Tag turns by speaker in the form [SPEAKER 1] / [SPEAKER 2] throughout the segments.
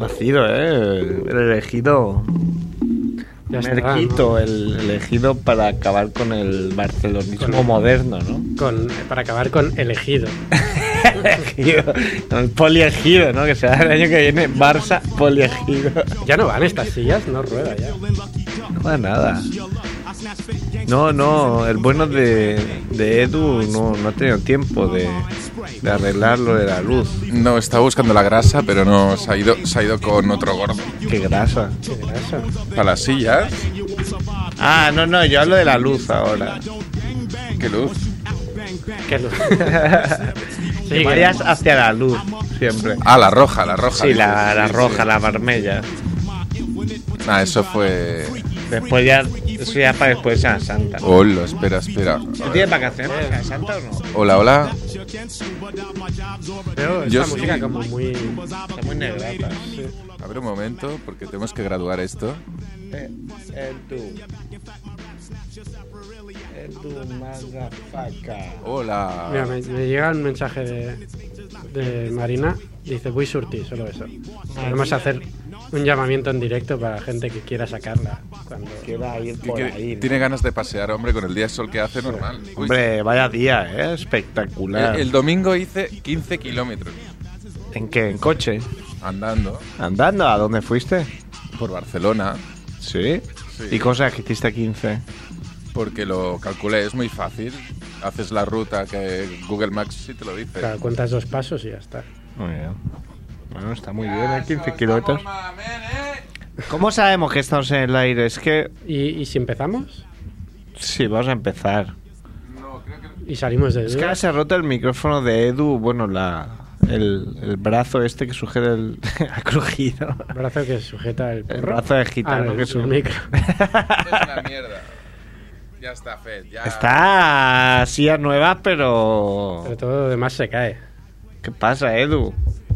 [SPEAKER 1] elegido, ¿eh? El elegido.
[SPEAKER 2] Ya está,
[SPEAKER 1] Merquito, el elegido para acabar con el barcelonismo
[SPEAKER 2] Con el-
[SPEAKER 1] moderno, ¿no?
[SPEAKER 2] Con- para acabar con elegido.
[SPEAKER 1] Elegido, no, el poliegido, ¿no? Que será el año que viene Barça poliegido.
[SPEAKER 2] Ya no van estas sillas, no rueda ya.
[SPEAKER 1] No va nada. No, no, el bueno de, de Edu no, no ha tenido tiempo de, de arreglar lo de la luz.
[SPEAKER 3] No, estaba buscando la grasa, pero no, se ha ido, se ha ido con otro gordo.
[SPEAKER 1] Qué grasa.
[SPEAKER 2] Qué grasa.
[SPEAKER 3] Para las sillas,
[SPEAKER 1] Ah, no, no, yo hablo de la luz ahora.
[SPEAKER 3] qué luz.
[SPEAKER 2] Qué luz.
[SPEAKER 1] Te
[SPEAKER 2] Sigue.
[SPEAKER 1] vayas hacia la luz siempre.
[SPEAKER 3] Ah, la roja, la roja.
[SPEAKER 1] Sí,
[SPEAKER 3] dices,
[SPEAKER 1] la, la
[SPEAKER 3] sí,
[SPEAKER 1] roja,
[SPEAKER 3] sí.
[SPEAKER 1] la vermella.
[SPEAKER 3] Ah, eso fue...
[SPEAKER 1] Después ya, eso ya para después de Semana Santa.
[SPEAKER 3] Hola, espera, espera.
[SPEAKER 1] ¿Tú tienes vacaciones para Semana Santa o no?
[SPEAKER 3] Hola, hola.
[SPEAKER 2] Pero
[SPEAKER 3] Yo
[SPEAKER 2] esta
[SPEAKER 3] sí.
[SPEAKER 2] música como muy...
[SPEAKER 1] Está muy negrata.
[SPEAKER 3] A ver un momento, porque tenemos que graduar esto.
[SPEAKER 1] Eh, eh, tú. Eh, tú, motherfucker.
[SPEAKER 3] Hola.
[SPEAKER 2] Mira, me, me llega un mensaje de, de Marina. Dice, voy surti, solo eso. Podemos hacer un llamamiento en directo para gente que quiera sacarla. Cuando...
[SPEAKER 1] Que va a ir
[SPEAKER 3] ¿Qué
[SPEAKER 1] por
[SPEAKER 3] quiere-
[SPEAKER 1] ahí.
[SPEAKER 3] Tiene ganas de pasear, hombre, con el día de sol que hace normal. Uy,
[SPEAKER 1] Hombre, vaya día, ¿eh?
[SPEAKER 3] el,
[SPEAKER 1] Espectacular.
[SPEAKER 3] el domingo hice 15 kilómetros
[SPEAKER 1] ¿En qué? ¿En coche?
[SPEAKER 3] andando
[SPEAKER 1] ¿Andando? ¿A dónde fuiste?
[SPEAKER 3] por Barcelona,
[SPEAKER 1] Sí.
[SPEAKER 3] Sí.
[SPEAKER 1] ¿Y cosas que hiciste a 15?
[SPEAKER 3] porque lo calculé, es muy fácil. Haces la ruta que Google Maps sí te lo dice.
[SPEAKER 2] Claro, cuentas dos pasos y ya está.
[SPEAKER 1] Muy bien. Bueno, está muy
[SPEAKER 3] Ah,
[SPEAKER 1] bien, ¿eh? 15 kilómetros.
[SPEAKER 3] ¿eh?
[SPEAKER 1] ¿Cómo sabemos que estamos en el aire? Es que.
[SPEAKER 2] ¿Y, y si empezamos?
[SPEAKER 1] Sí, vamos a empezar.
[SPEAKER 2] ¿Y salimos de
[SPEAKER 1] Es que ahora
[SPEAKER 2] dudas?
[SPEAKER 1] se ha roto el micrófono de Edu, bueno, la, el, el brazo este que sugiere el. ha crujido.
[SPEAKER 2] brazo que sujeta el
[SPEAKER 1] El
[SPEAKER 2] porro.
[SPEAKER 1] brazo de gitano
[SPEAKER 2] Ah, no,
[SPEAKER 1] que
[SPEAKER 2] el
[SPEAKER 1] sube.
[SPEAKER 2] micro.
[SPEAKER 3] Es una mierda. Ya está, Fed. Ya.
[SPEAKER 1] Está sillas nuevas, pero.
[SPEAKER 2] Pero todo lo demás se cae.
[SPEAKER 1] ¿Qué pasa, Edu?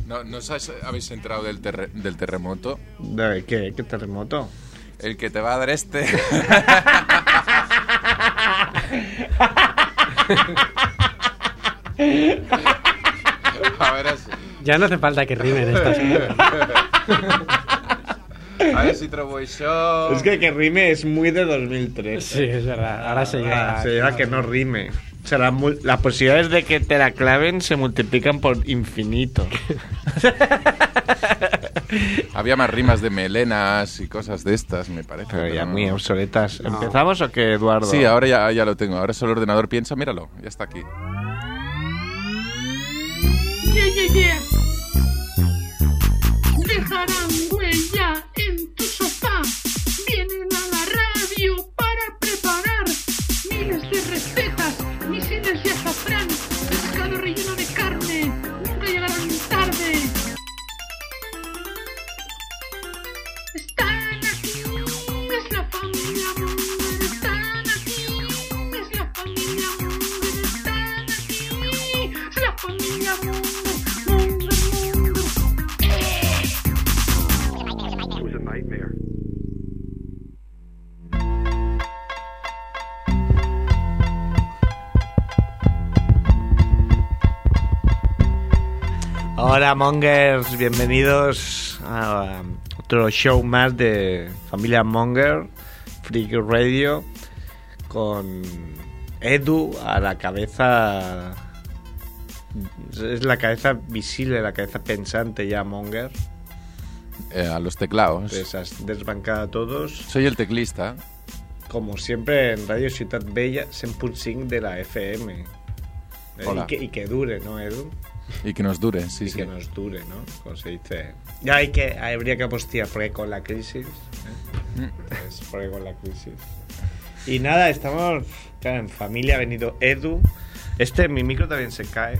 [SPEAKER 3] No, ¿no os has- habéis enterado del, terre- del terremoto?
[SPEAKER 1] ¿De ¿Qué, ¿Qué terremoto?
[SPEAKER 3] El que te va a dar este. a ver así.
[SPEAKER 2] Ya no hace falta que rimen estas cosas.
[SPEAKER 3] A ver si trobo això.
[SPEAKER 1] Es que que rime es muy de 2003.
[SPEAKER 2] Sí, es verdad. Ahora se lleva...
[SPEAKER 1] Ah, se lleva que no rime. O sea, la mul- las posibilidades de que te la claven se multiplican por infinito.
[SPEAKER 3] Había más rimas de melenas y cosas de estas, me parece.
[SPEAKER 1] Pero ya
[SPEAKER 3] no.
[SPEAKER 1] muy obsoletas. ¿Empezamos o qué, Eduardo?
[SPEAKER 3] Sí, ahora ya, ya lo tengo. Ahora solo el ordenador piensa, míralo, ya está aquí.
[SPEAKER 4] Yeah, yeah, yeah. Dejarán huella en tu sofá. Vienen a la radio para preparar miles de recetas, misiles de azafrán, pescado relleno de carne. Nunca llegarán tarde. Están aquí, es la familia Munger. Están aquí, es la familia Munger. Están aquí, es la familia Munger. Munger, Munger.
[SPEAKER 1] Hola, Mongers. Bienvenidos a otro show más de Familia Monger, Freak Radio, con Edu a la cabeza. Es la cabeza visible, la cabeza pensante ya, Monger.
[SPEAKER 3] Eh, a los teclados.
[SPEAKER 1] Les has desbancado a todos.
[SPEAKER 3] Soy el teclista.
[SPEAKER 1] Como siempre en Radio Ciutat Vella, 100.5 de la FM. Eh,
[SPEAKER 3] Hola.
[SPEAKER 1] Y, que, y que dure, ¿no, Edu?
[SPEAKER 3] Y que nos dure, sí,
[SPEAKER 1] y
[SPEAKER 3] sí.
[SPEAKER 1] que nos dure, ¿no? Como se dice. Ya hay que, habría que apostillar, porque con la crisis. ¿eh? Es porque con la crisis. Y nada, estamos claro, en familia, ha venido Edu. Este, mi micro también se cae.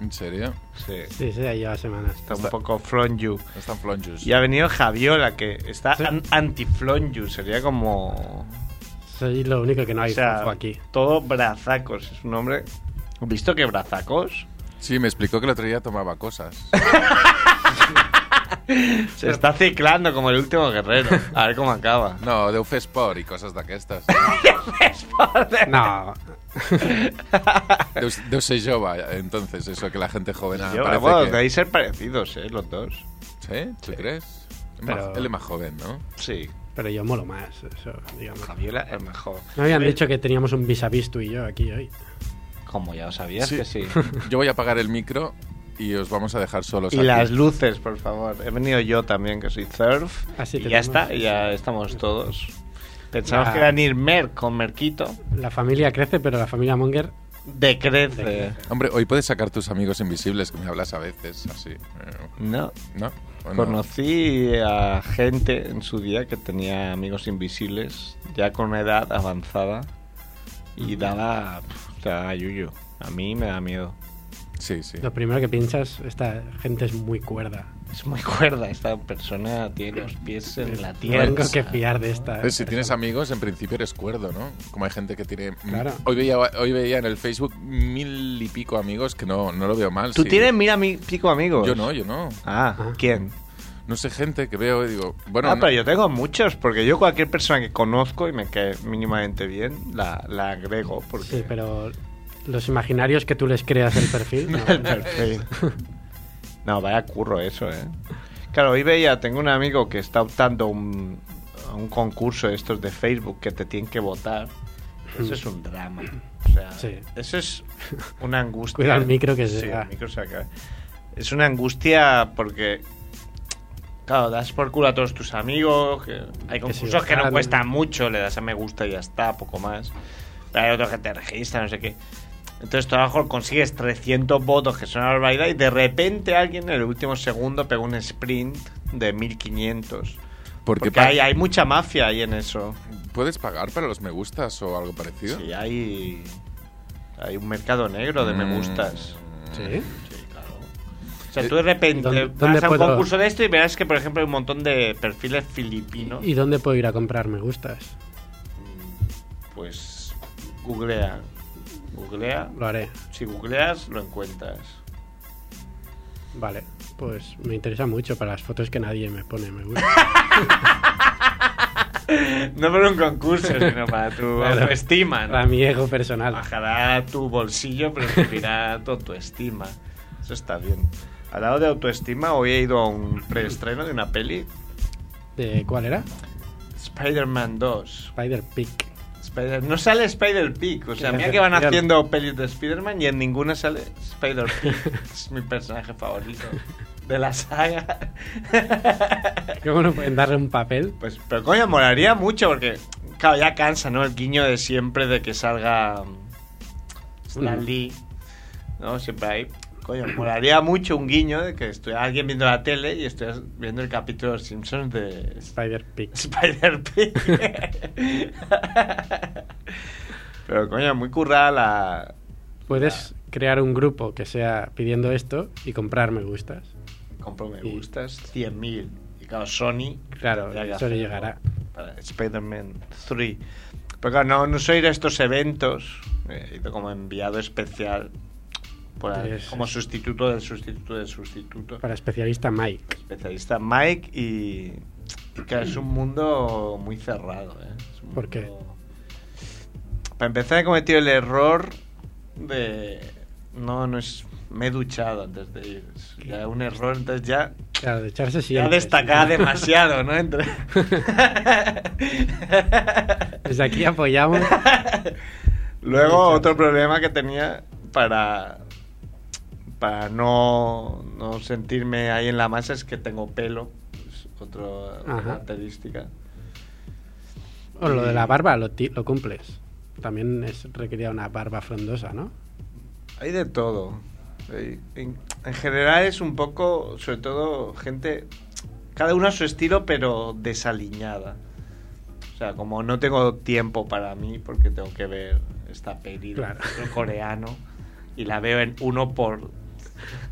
[SPEAKER 3] ¿En serio?
[SPEAKER 1] Sí,
[SPEAKER 2] Sí, sí, ya lleva semanas.
[SPEAKER 1] está un poco from you.
[SPEAKER 3] No están flonjos.
[SPEAKER 1] Y ha venido Javiola, que está
[SPEAKER 2] Sí.
[SPEAKER 1] an- anti-from you, sería como.
[SPEAKER 2] Soy lo único que no hay
[SPEAKER 1] o sea,
[SPEAKER 2] fofo aquí.
[SPEAKER 1] todo brazacos es un hombre. ¿Has visto que brazacos?
[SPEAKER 3] Sí, me explicó que el otro día tomaba cosas.
[SPEAKER 1] Se está ciclando como el último guerrero. A ver cómo acaba.
[SPEAKER 3] No, de Sport y cosas d'aquestes.
[SPEAKER 2] No,
[SPEAKER 3] Deu, deu ser jove, entonces, eso que la gente joven ah,
[SPEAKER 1] Yo,
[SPEAKER 3] parece
[SPEAKER 1] bueno,
[SPEAKER 3] que...
[SPEAKER 1] debéis ser parecidos, ¿eh? Los dos.
[SPEAKER 3] ¿Sí? ¿Tú crees?
[SPEAKER 2] Pero-
[SPEAKER 3] Más- Él es más joven, ¿no?
[SPEAKER 1] Sí,
[SPEAKER 2] Pero yo molo más, eso, digamos.
[SPEAKER 1] Javiola es mejor.
[SPEAKER 2] No habían dicho que teníamos un vis a vis tú y yo aquí hoy.
[SPEAKER 1] Como ya lo sabías
[SPEAKER 3] Sí.
[SPEAKER 1] que sí. Pues
[SPEAKER 3] Yo voy a apagar el micro y os vamos a dejar solos
[SPEAKER 1] Y
[SPEAKER 3] aquí.
[SPEAKER 1] las luces, por favor. He venido yo también, que soy surf.
[SPEAKER 2] Así
[SPEAKER 1] y
[SPEAKER 2] Ah, te
[SPEAKER 1] ya
[SPEAKER 2] tenemos.
[SPEAKER 1] está, ya estamos todos. Pensamos
[SPEAKER 2] Ah.
[SPEAKER 1] que iban a ir Merck con Merquito.
[SPEAKER 2] La familia crece, pero la familia Monger
[SPEAKER 1] Decrece.
[SPEAKER 2] Decrece.
[SPEAKER 3] Hombre, hoy puedes sacar tus amigos invisibles que me hablas a veces, así. Eh,
[SPEAKER 1] No.
[SPEAKER 3] ¿No? ¿O no?
[SPEAKER 1] Conocí a gente en su día que tenía amigos invisibles, ya con una edad avanzada, y daba, pf, daba yuyo. A mí me da miedo.
[SPEAKER 3] Sí, sí.
[SPEAKER 2] Lo primero que piensas, esta gente es muy cuerda.
[SPEAKER 1] Es muy cuerda, esta persona tiene los pies en la tierra.
[SPEAKER 2] Tengo que fiar de esta.
[SPEAKER 3] Pues si tienes amigos, en principio eres cuerdo, ¿no? Como hay gente que tiene...
[SPEAKER 2] Claro.
[SPEAKER 3] Hoy veía, hoy veía en el Facebook mil y pico amigos que no, no lo veo mal.
[SPEAKER 1] Tú
[SPEAKER 3] sí.
[SPEAKER 1] tienes mira mi pico amigos.
[SPEAKER 3] Yo no, yo no.
[SPEAKER 1] Ah,
[SPEAKER 2] Ah.
[SPEAKER 1] ¿quién?
[SPEAKER 3] No sé gente que veo y digo... Bueno,
[SPEAKER 1] ah,
[SPEAKER 3] no-
[SPEAKER 1] pero yo tengo muchos, porque yo cualquier persona que conozco y me cae mínimamente bien, la, la agrego. Porque...
[SPEAKER 2] Sí, pero los imaginarios que tú les creas el perfil. no,
[SPEAKER 1] El
[SPEAKER 2] no.
[SPEAKER 1] perfil. No, vaya curro eso, ¿eh? Claro, hoy veía, tengo un amigo que está optando un, a un concurso de estos de Facebook que te tienen que votar. Eso es un drama. O sea,
[SPEAKER 2] Sí.
[SPEAKER 1] eso es una angustia.
[SPEAKER 2] Cuida el micro que se-
[SPEAKER 1] Sí, el
[SPEAKER 2] ah.
[SPEAKER 1] micro se acaba. Es una angustia porque... Claro, das por culo a todos tus amigos. que hay
[SPEAKER 2] Que si
[SPEAKER 1] concursos que no
[SPEAKER 2] ganan.
[SPEAKER 1] cuestan mucho, le das a me gusta y ya está, poco más. Pero hay otros que te registran, no sé qué. Entonces, tú a lo mejor consigues 300 votos, que son una barbaridad, y de repente alguien en el último segundo pega un sprint de 1500.
[SPEAKER 3] Porque
[SPEAKER 1] Porque,
[SPEAKER 3] pa-
[SPEAKER 1] hay, hay mucha mafia ahí en eso.
[SPEAKER 3] ¿Puedes pagar para los me gustas o algo parecido?
[SPEAKER 1] Sí, hay, hay un mercado negro de me
[SPEAKER 3] Mm.
[SPEAKER 1] gustas.
[SPEAKER 2] Sí.
[SPEAKER 1] O sea, tú de repente
[SPEAKER 2] ¿Dónde-
[SPEAKER 1] vas
[SPEAKER 2] Eh, dónde
[SPEAKER 1] a un
[SPEAKER 2] puedo-
[SPEAKER 1] concurso de esto y verás que, por ejemplo, hay un montón de perfiles filipinos.
[SPEAKER 2] ¿Y dónde puedo ir a comprar me gustas?
[SPEAKER 1] Pues googlea. Googlea.
[SPEAKER 2] Lo haré.
[SPEAKER 1] Si googleas, lo encuentras.
[SPEAKER 2] Vale. Pues me interesa mucho para las fotos que nadie me pone me gusta.
[SPEAKER 1] No para un concurso, sino para tu
[SPEAKER 2] Claro.
[SPEAKER 1] autoestima. ¿no?
[SPEAKER 2] Para mi ego personal.
[SPEAKER 1] Bajará tu bolsillo, pero subirá tu autoestima. Eso está bien. Al lado de autoestima, hoy he ido a un preestreno de una peli.
[SPEAKER 2] ¿De cuál era?
[SPEAKER 1] Spider-Man 2.
[SPEAKER 2] Spider Pick.
[SPEAKER 1] Spider- no sale Spider-Pig. O sea,
[SPEAKER 2] Que
[SPEAKER 1] mira
[SPEAKER 2] hace
[SPEAKER 1] que van
[SPEAKER 2] Spider-
[SPEAKER 1] haciendo pelis de Spider-Man y en ninguna sale Spider-Pig. es mi personaje favorito de la saga.
[SPEAKER 2] ¿Cómo no pueden darle un papel?
[SPEAKER 1] Pues, pero coño, molaría mucho porque, claro, ya cansa, ¿no? El guiño de siempre de que salga mm, Stan
[SPEAKER 2] Mm.
[SPEAKER 1] Lee, ¿no? Siempre hay. Coño, molaría mucho un guiño de que estoy alguien viendo la tele y estoy viendo el capítulo de los Simpsons de
[SPEAKER 2] Spider Pick.
[SPEAKER 1] Spider-Pig. pero coño, muy currada la.
[SPEAKER 2] Puedes crear un grupo que sea pidiendo esto y comprar me gustas.
[SPEAKER 1] Compro me
[SPEAKER 2] Y-
[SPEAKER 1] gustas, 100.000. Y claro, Sony.
[SPEAKER 2] Claro,
[SPEAKER 1] ya que
[SPEAKER 2] eso
[SPEAKER 1] hace-
[SPEAKER 2] llegará.
[SPEAKER 1] para Spider-Man 3. Pero claro, no, no soy ir a estos eventos, eh, he ido como enviado especial, por ahí,
[SPEAKER 2] Pues-
[SPEAKER 1] como sustituto del sustituto del sustituto.
[SPEAKER 2] Para especialista Mike.
[SPEAKER 1] Especialista Mike y, y claro, es un mundo muy cerrado. ¿eh? Es un
[SPEAKER 2] ¿Por qué?
[SPEAKER 1] mundo- Para empezar he cometido el error de... No, no es... Me he duchado antes de ir. Es Ya un error, entonces ya
[SPEAKER 2] Claro, de echarse
[SPEAKER 1] ya
[SPEAKER 2] siempre.
[SPEAKER 1] destacaba demasiado, ¿no? Entre-
[SPEAKER 2] Desde aquí apoyamos.
[SPEAKER 1] Luego, otro problema que tenía para, para no, no sentirme ahí en la masa es que tengo pelo. Es otra
[SPEAKER 2] Ajá.
[SPEAKER 1] característica.
[SPEAKER 2] O lo de la barba lo, ti- lo cumples. También es requería una barba frondosa, ¿no?
[SPEAKER 1] Hay de todo. Hay- En, en general es un poco, sobre todo, gente, cada uno a su estilo, pero desaliñada. O sea, como no tengo tiempo para mí porque tengo que ver esta peli del
[SPEAKER 2] Claro.
[SPEAKER 1] otro coreano y la veo en 1 por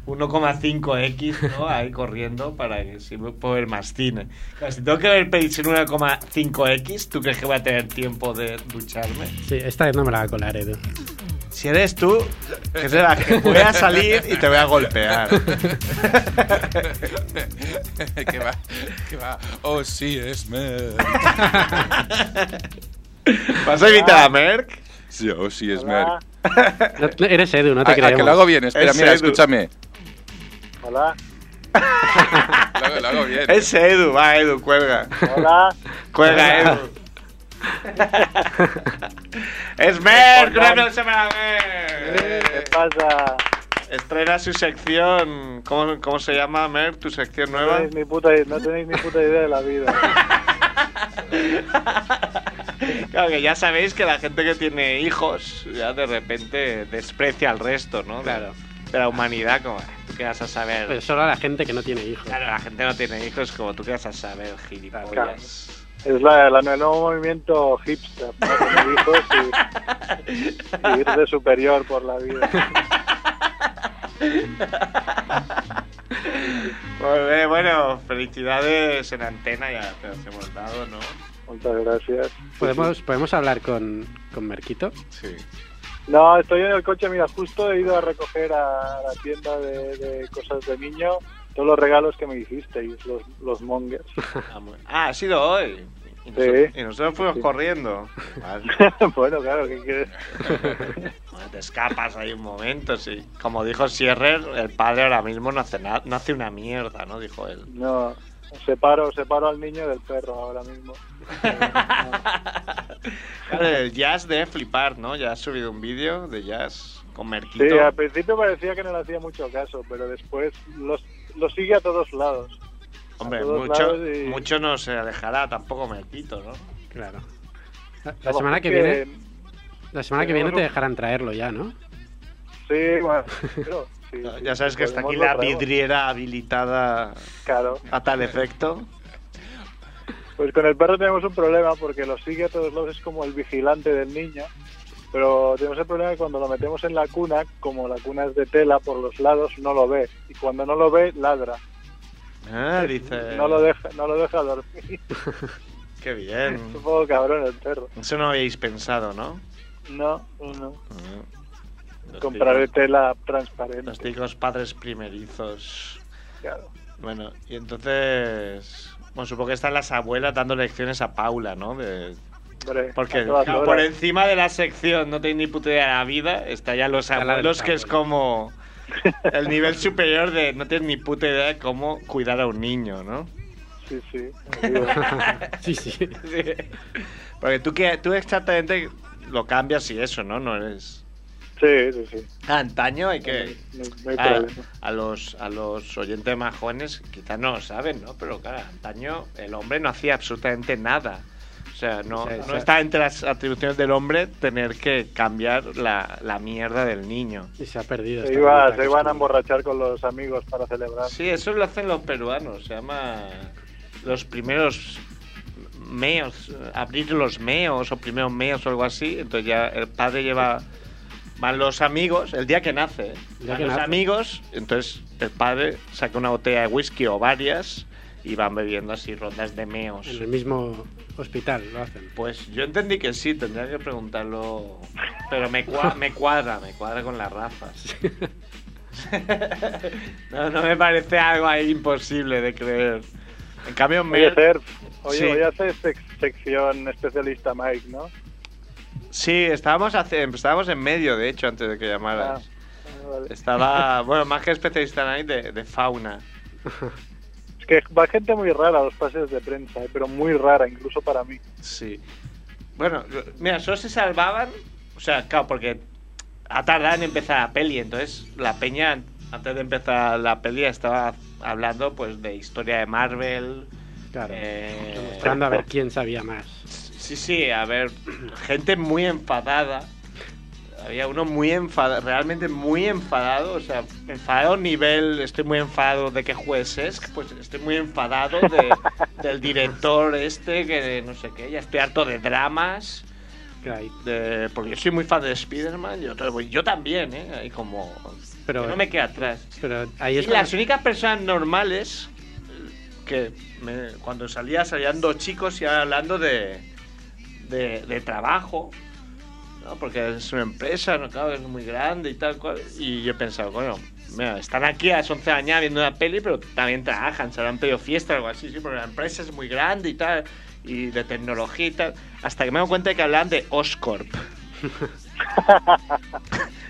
[SPEAKER 1] 1,5x, ¿no? Ahí corriendo para que si me puedo ver más cine. Claro, si tengo que ver pelis en 1,5x, ¿tú crees que voy a tener tiempo de ducharme?
[SPEAKER 2] Sí, esta vez no me la va a colar, Edu.
[SPEAKER 1] Si eres tú, que será que voy a salir y te voy a golpear.
[SPEAKER 3] que va, que va. Oh, sí, es me.
[SPEAKER 1] ¿Vas a invitar a Merck?
[SPEAKER 3] Sí, oh, sí, es me.
[SPEAKER 2] No- no, eres Edu, no te
[SPEAKER 3] a, a
[SPEAKER 2] creemos.
[SPEAKER 3] que lo hago bien, espera,
[SPEAKER 1] Es
[SPEAKER 3] mira,
[SPEAKER 1] Edu.
[SPEAKER 3] escúchame.
[SPEAKER 5] Hola,
[SPEAKER 3] Lo hago, lo hago bien.
[SPEAKER 1] Ese Edu, va Edu, cuelga.
[SPEAKER 5] Hola.
[SPEAKER 1] Cuelga Edu. es Mer, un aplauso para
[SPEAKER 5] ¿Qué
[SPEAKER 1] Mer.
[SPEAKER 5] pasa?
[SPEAKER 1] Estrena su sección. ¿Cómo, cómo se llama, Mer, tu sección
[SPEAKER 5] No
[SPEAKER 1] nueva?
[SPEAKER 5] tenéis, ni puta, no tenéis ni puta idea de la vida.
[SPEAKER 1] Claro que ya sabéis que la gente que tiene hijos ya de repente desprecia al resto, ¿no? De-
[SPEAKER 2] Claro. Pues,
[SPEAKER 1] De la humanidad, como "Ah, tú qué vas a saber.
[SPEAKER 2] Pero solo a la gente que no tiene hijos.
[SPEAKER 1] Claro, la gente no tiene hijos como tú que vas a saber, gilipollas.
[SPEAKER 5] Claro. Es la, la- el nuevo movimiento hipster, para tener hijos y, y ir de superior por la vida.
[SPEAKER 1] Muy bien, Pues, eh, bueno, felicidades en antena, ya te las hemos dado, ¿no?
[SPEAKER 5] Muchas gracias.
[SPEAKER 2] ¿Podemos, ¿podemos hablar con, con Merquito?
[SPEAKER 3] Sí.
[SPEAKER 5] No, estoy en el coche, mira, justo he ido a recoger a la tienda de, de cosas de niño todos los regalos que me hicisteis, los, los mongers.
[SPEAKER 1] Ah, muy- Ah, ha sido hoy. Y nosotros, y nosotros fuimos
[SPEAKER 5] Sí.
[SPEAKER 1] corriendo. Vale.
[SPEAKER 5] bueno, claro, ¿qué quieres?
[SPEAKER 1] Bueno, te escapas ahí un momento, sí. Como dijo Sierrer, el padre ahora mismo no hace, na- no hace una mierda, ¿no? Dijo él.
[SPEAKER 5] No, separo, separo al niño del perro ahora mismo.
[SPEAKER 1] Claro, el jazz debe flipar, ¿no? Ya has subido un vídeo de jazz con Merquito.
[SPEAKER 5] Sí, al principio parecía que no le hacía mucho caso, pero después los, los sigue a todos lados. a
[SPEAKER 1] Hombre,
[SPEAKER 5] todos
[SPEAKER 1] mucho,
[SPEAKER 5] lados y-
[SPEAKER 1] mucho no se alejará tampoco Merquito, ¿no?
[SPEAKER 2] Claro. La, la
[SPEAKER 5] Lo
[SPEAKER 2] semana que
[SPEAKER 5] mejor
[SPEAKER 2] viene, la semana que viene te
[SPEAKER 5] tenemos
[SPEAKER 2] dejarán traerlo ya, ¿no?
[SPEAKER 5] Sí, bueno, pero, sí, sí,
[SPEAKER 1] Ya sabes
[SPEAKER 5] sí,
[SPEAKER 1] que está aquí
[SPEAKER 5] podemos
[SPEAKER 1] la
[SPEAKER 5] lo traemos.
[SPEAKER 1] vidriera habilitada
[SPEAKER 5] Claro.
[SPEAKER 1] a tal efecto.
[SPEAKER 5] Pues con el perro tenemos un problema porque lo sigue a todos lados, es como el vigilante del niño. Pero tenemos el problema que cuando lo metemos en la cuna, como la cuna es de tela por los lados, no lo ve. Y cuando no lo ve, ladra.
[SPEAKER 1] Ah, dice.
[SPEAKER 5] No lo deja, no lo deja dormir.
[SPEAKER 1] Qué bien.
[SPEAKER 5] Es un poco cabrón el perro.
[SPEAKER 1] Eso no habíais pensado, ¿no?
[SPEAKER 5] No, no.
[SPEAKER 1] Los
[SPEAKER 5] Compraré
[SPEAKER 1] típicos-
[SPEAKER 5] tela transparente.
[SPEAKER 1] Los típicos padres primerizos.
[SPEAKER 5] claro.
[SPEAKER 1] Bueno, y entonces. Bueno, supongo que están las abuelas dando lecciones a Paula, ¿no? De-
[SPEAKER 5] Hombre,
[SPEAKER 1] Porque
[SPEAKER 5] a todas
[SPEAKER 1] por
[SPEAKER 5] horas.
[SPEAKER 1] encima de la sección no tenéis ni puta idea de la vida, está ya los
[SPEAKER 2] Está la del
[SPEAKER 1] abuelos, que es
[SPEAKER 2] abuelo.
[SPEAKER 1] como el nivel superior de no tienes ni puta idea de cómo cuidar a un niño, ¿no?
[SPEAKER 5] Sí, sí. digo,
[SPEAKER 2] sí, sí.
[SPEAKER 1] Sí. Porque tú, que, tú exactamente lo cambias y eso, ¿no? No eres...
[SPEAKER 5] Sí, sí, sí.
[SPEAKER 1] Ah, antaño hay que...
[SPEAKER 5] No, no hay
[SPEAKER 1] A,
[SPEAKER 5] problema.
[SPEAKER 1] Ah, a los, a los oyentes más jóvenes quizás no lo saben, ¿no? Pero claro, antaño el hombre no hacía absolutamente nada. O sea, no,
[SPEAKER 2] Sí,
[SPEAKER 1] no
[SPEAKER 2] sí.
[SPEAKER 1] está entre las atribuciones del hombre tener que cambiar la, la mierda del niño.
[SPEAKER 2] Y se ha perdido.
[SPEAKER 5] Se,
[SPEAKER 2] esta
[SPEAKER 5] iba-
[SPEAKER 2] bonita
[SPEAKER 5] se iban a
[SPEAKER 2] costumbre.
[SPEAKER 5] emborrachar con los amigos para celebrar.
[SPEAKER 1] Sí, eso lo hacen los peruanos. Se llama los primeros meos, abrir los meos o primeros meos o algo así. Entonces ya el padre lleva, van los amigos, el día que nace. ¿eh?
[SPEAKER 2] El día
[SPEAKER 1] Van
[SPEAKER 2] que
[SPEAKER 1] los
[SPEAKER 2] nace.
[SPEAKER 1] amigos, entonces el padre saca una botella de whisky o varias y van bebiendo así rondas de meos.
[SPEAKER 2] En el mismo hospital lo hacen.
[SPEAKER 1] Pues yo entendí que sí, tendría que preguntarlo. Pero me, cua- me cuadra, me cuadra con las razas. no, no me parece algo ahí imposible de creer. En cambio,
[SPEAKER 5] Oye,
[SPEAKER 1] Mer-
[SPEAKER 5] Cerf, oye,
[SPEAKER 1] Sí.
[SPEAKER 5] hoy haces sec- sección especialista Mike, ¿no?
[SPEAKER 1] sí, estábamos, hace- estábamos en medio, de hecho, antes de que
[SPEAKER 5] Ah,
[SPEAKER 1] llamaras.
[SPEAKER 5] ah, vale.
[SPEAKER 1] Estaba, bueno, más que especialista ahí de, de fauna.
[SPEAKER 5] Es que va gente muy rara a los pases de prensa, eh, pero muy rara, incluso para mí.
[SPEAKER 1] Sí. Bueno, lo- mira, solo se salvaban. O sea, claro, porque ha tardado en empezar la peli. Entonces, la peña, antes de empezar la peli, estaba hablando pues de historia de Marvel.
[SPEAKER 2] Claro.
[SPEAKER 1] eh,
[SPEAKER 2] Esperando a ver quién sabía más.
[SPEAKER 1] Sí, sí, a ver, gente muy enfadada. Había uno muy enfadado, realmente muy enfadado, o sea, enfadado nivel, estoy muy enfadado de que juegues Esc, pues estoy muy enfadado de- del director este, que no sé qué, ya estoy harto de dramas,
[SPEAKER 2] Claro, y-
[SPEAKER 1] de- porque yo soy muy fan de Spider-Man, yo, todo- yo también, ¿eh? Ahí como...
[SPEAKER 2] Pero-
[SPEAKER 1] que no me queda atrás.
[SPEAKER 2] Pero ahí
[SPEAKER 1] Y
[SPEAKER 2] es
[SPEAKER 1] las
[SPEAKER 2] cuando-
[SPEAKER 1] únicas personas normales eh, que me- cuando salía salían dos chicos y hablando de, de, de trabajo, ¿no? porque es una empresa, ¿no? claro, es muy grande y tal cual. Y yo pensaba, bueno, mira, están aquí a las 11 de la mañana viendo una peli, pero también trabajan, se han pedido fiesta o algo así, sí, pero la empresa es muy grande y tal, y de tecnología y tal. Hasta que me doy cuenta de que hablan de Oscorp.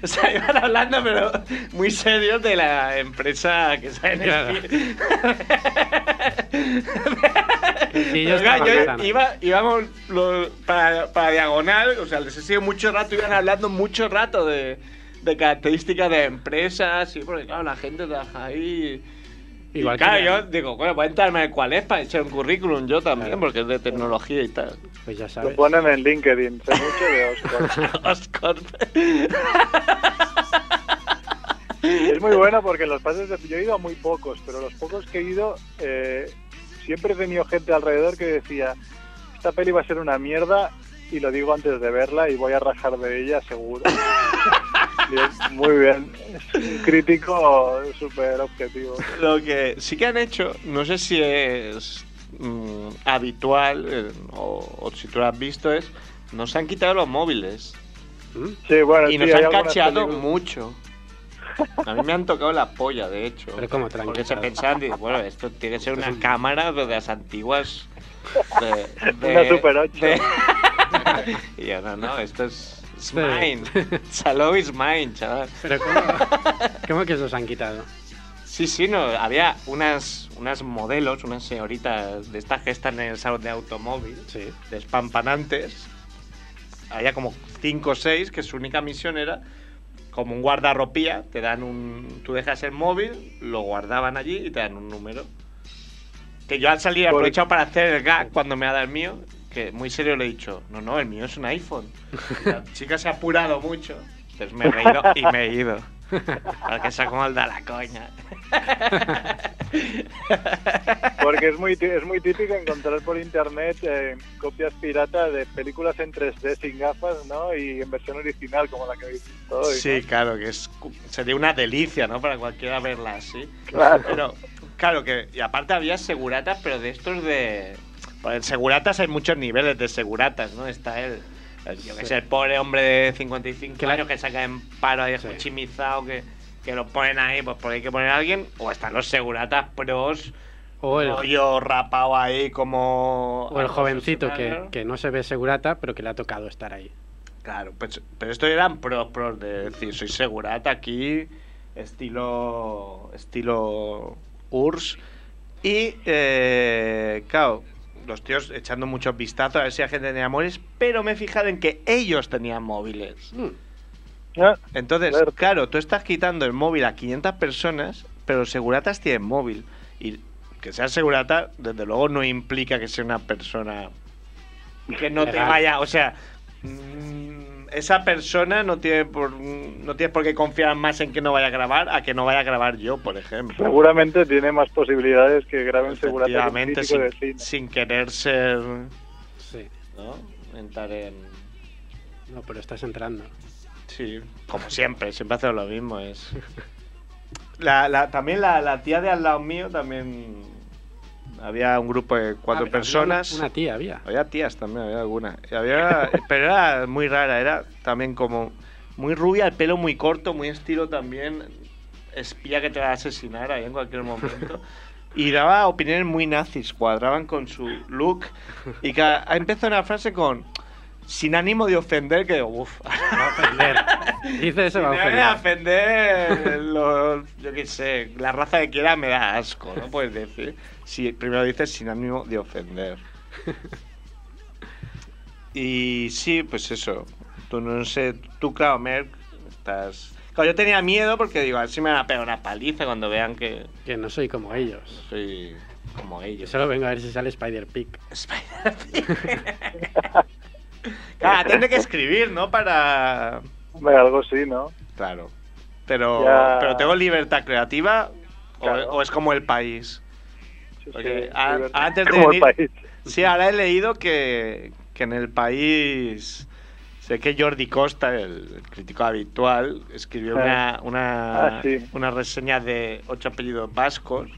[SPEAKER 1] O sea, iban hablando, pero muy serios de la empresa que está en el
[SPEAKER 2] Claro.
[SPEAKER 1] pie.
[SPEAKER 2] Y ellos
[SPEAKER 1] Oiga, yo
[SPEAKER 2] trabajaron.
[SPEAKER 1] iba, íbamos lo- para, para diagonal, o sea, les he sido mucho rato, iban hablando mucho rato de, de características de empresas, y porque claro, la gente trabaja ahí.
[SPEAKER 2] Igual
[SPEAKER 1] y claro,
[SPEAKER 2] que-
[SPEAKER 1] yo digo, bueno, voy a entrarme en cuál es para echar un currículum yo también,
[SPEAKER 2] Claro.
[SPEAKER 1] porque es de tecnología y tal.
[SPEAKER 2] Pues ya
[SPEAKER 5] Lo
[SPEAKER 2] sabes.
[SPEAKER 5] ponen en LinkedIn, sé mucho de Oscar.
[SPEAKER 1] Oscar.
[SPEAKER 5] Es muy bueno porque los pases de... Yo he ido a muy pocos, pero los pocos que he ido eh, siempre he tenido gente alrededor que decía esta peli va a ser una mierda y lo digo antes de verla y voy a rajar de ella seguro. Y es muy bien. Es un crítico súper objetivo.
[SPEAKER 1] Lo que sí que han hecho, no sé si es mm, habitual eh, o, o si tú lo has visto, es nos han quitado los móviles
[SPEAKER 2] ¿Mm?
[SPEAKER 5] Sí, bueno,
[SPEAKER 1] y
[SPEAKER 5] sí,
[SPEAKER 1] nos
[SPEAKER 5] hay
[SPEAKER 1] han
[SPEAKER 5] algunas
[SPEAKER 1] cacheado
[SPEAKER 5] películas-
[SPEAKER 1] mucho. A mí me han tocado la polla, de hecho.
[SPEAKER 2] Pero como
[SPEAKER 1] Porque
[SPEAKER 2] tranquilo.
[SPEAKER 1] se pensaban, digo, bueno, esto tiene que ser
[SPEAKER 2] Esto es
[SPEAKER 1] una
[SPEAKER 2] un-
[SPEAKER 1] cámara de las antiguas. De, de-
[SPEAKER 5] Una Super 8.
[SPEAKER 1] de- y yo, no, no, esto es, es
[SPEAKER 2] Sí.
[SPEAKER 1] mine. Salou is mine, chaval.
[SPEAKER 2] Pero ¿cómo, ¿cómo que se los han quitado?
[SPEAKER 1] Sí, sí, no, había unas, unas modelos, unas señoritas de estas que están en el salón de automóvil,
[SPEAKER 2] Sí.
[SPEAKER 1] despampanantes. Había como cinco o seis que su única misión era como un guardarropía, te dan un... Tú dejas el móvil, lo guardaban allí y te dan un número. Que yo al salir he
[SPEAKER 5] Por- e-
[SPEAKER 1] aprovechado para hacer el gag cuando me ha dado el mío, que muy serio le he dicho, no, no, el mío es un iPhone. La chica se ha apurado mucho, entonces me he reído y me he ido. Para que sea como el de la coña.
[SPEAKER 5] Porque es muy, tí- es muy típico encontrar por internet eh, copias pirata de películas en 3D sin gafas, ¿no? Y en versión original, como la que habéis visto hoy.
[SPEAKER 1] Sí, claro, que es, sería una delicia, ¿no? Para cualquiera verla así.
[SPEAKER 5] Claro.
[SPEAKER 1] Pero, claro que. Y aparte había seguratas, pero de estos de. Pues en seguratas hay muchos niveles de seguratas, ¿no? Está el. el- yo que sé, el pobre hombre de 55
[SPEAKER 2] Que la-
[SPEAKER 1] años que saca en paro ahí
[SPEAKER 2] Sí.
[SPEAKER 1] chimizado, que, que lo ponen ahí, pues porque hay que poner a alguien. O están los seguratas pros,
[SPEAKER 2] O el,
[SPEAKER 1] rollo rapado ahí como.
[SPEAKER 2] o el jovencito que,
[SPEAKER 1] Claro.
[SPEAKER 2] que no se ve segurata, pero que le ha tocado estar ahí.
[SPEAKER 1] Claro, pues- pero esto eran pros, pros, de decir, soy segurata aquí, estilo, estilo URSS. Y, eh, claro, los tíos echando muchos vistazos a ver si la gente tenía móviles, pero me he fijado en que ellos tenían móviles.
[SPEAKER 2] Mm.
[SPEAKER 5] Ah,
[SPEAKER 1] Entonces,
[SPEAKER 5] Claro.
[SPEAKER 1] claro, tú estás quitando el móvil a 500 personas, pero los seguratas tienen móvil. Y que sea segurata, desde luego, no implica que sea una persona que no te
[SPEAKER 2] Legal.
[SPEAKER 1] vaya. O sea, mm, esa persona no tiene, por, no tienes por qué confiar más en que no vaya a grabar a que no vaya a grabar yo, por ejemplo.
[SPEAKER 5] Seguramente tiene más posibilidades que graben segurata que un
[SPEAKER 1] Efectivamente,
[SPEAKER 5] crítico de
[SPEAKER 1] sin,
[SPEAKER 5] cine.
[SPEAKER 1] sin querer ser.
[SPEAKER 2] Sí.
[SPEAKER 1] ¿No? Entrar en.
[SPEAKER 2] No, pero estás entrando.
[SPEAKER 1] Sí, como siempre, siempre hace lo mismo. Es... La, la- también la, la tía de al lado mío también había un grupo de cuatro
[SPEAKER 2] Ah,
[SPEAKER 1] personas.
[SPEAKER 2] Una, una tía había.
[SPEAKER 1] Había tías también, había algunas. Y había- pero era muy rara, era también como muy rubia, el pelo muy corto, muy estilo también espía que te va a asesinar ahí en cualquier momento. Y daba opiniones muy nazis, cuadraban con su look. Y ca- empezó una frase con sin ánimo de ofender, que digo, uff,
[SPEAKER 2] Va a ofender. Dice eso,
[SPEAKER 1] si
[SPEAKER 2] va
[SPEAKER 1] me van a
[SPEAKER 2] a ofender.
[SPEAKER 1] ofender, lo- yo qué sé, la raza que quiera me da asco, ¿no? Puedes decir. Si primero dices sin ánimo de ofender. Y sí, pues eso. Tú no sé, tú, claro, Merck, estás. Claro, yo tenía miedo porque digo, así me van a pegar una paliza cuando vean que
[SPEAKER 2] Que no soy como ellos.
[SPEAKER 1] soy como
[SPEAKER 2] Yo
[SPEAKER 1] ellos.
[SPEAKER 2] solo vengo a ver si sale Spider Pig.
[SPEAKER 1] Spider-Man. claro, tiene que escribir, ¿no? Para.
[SPEAKER 5] Hombre, algo sí, ¿no?
[SPEAKER 1] Claro. Pero,
[SPEAKER 5] Ya.
[SPEAKER 1] pero tengo libertad creativa o-
[SPEAKER 5] Claro.
[SPEAKER 1] o, es como el país.
[SPEAKER 5] Sí,
[SPEAKER 1] Porque
[SPEAKER 5] sí,
[SPEAKER 1] a-
[SPEAKER 5] divertido.
[SPEAKER 1] antes de
[SPEAKER 5] Como el
[SPEAKER 1] venir-
[SPEAKER 5] país.
[SPEAKER 1] Sí, ahora he leído que, que en el país. Sé que Jordi Costa, el crítico habitual, escribió una,
[SPEAKER 5] Ah.
[SPEAKER 1] una,
[SPEAKER 5] Ah, sí.
[SPEAKER 1] una reseña de ocho apellidos vascos.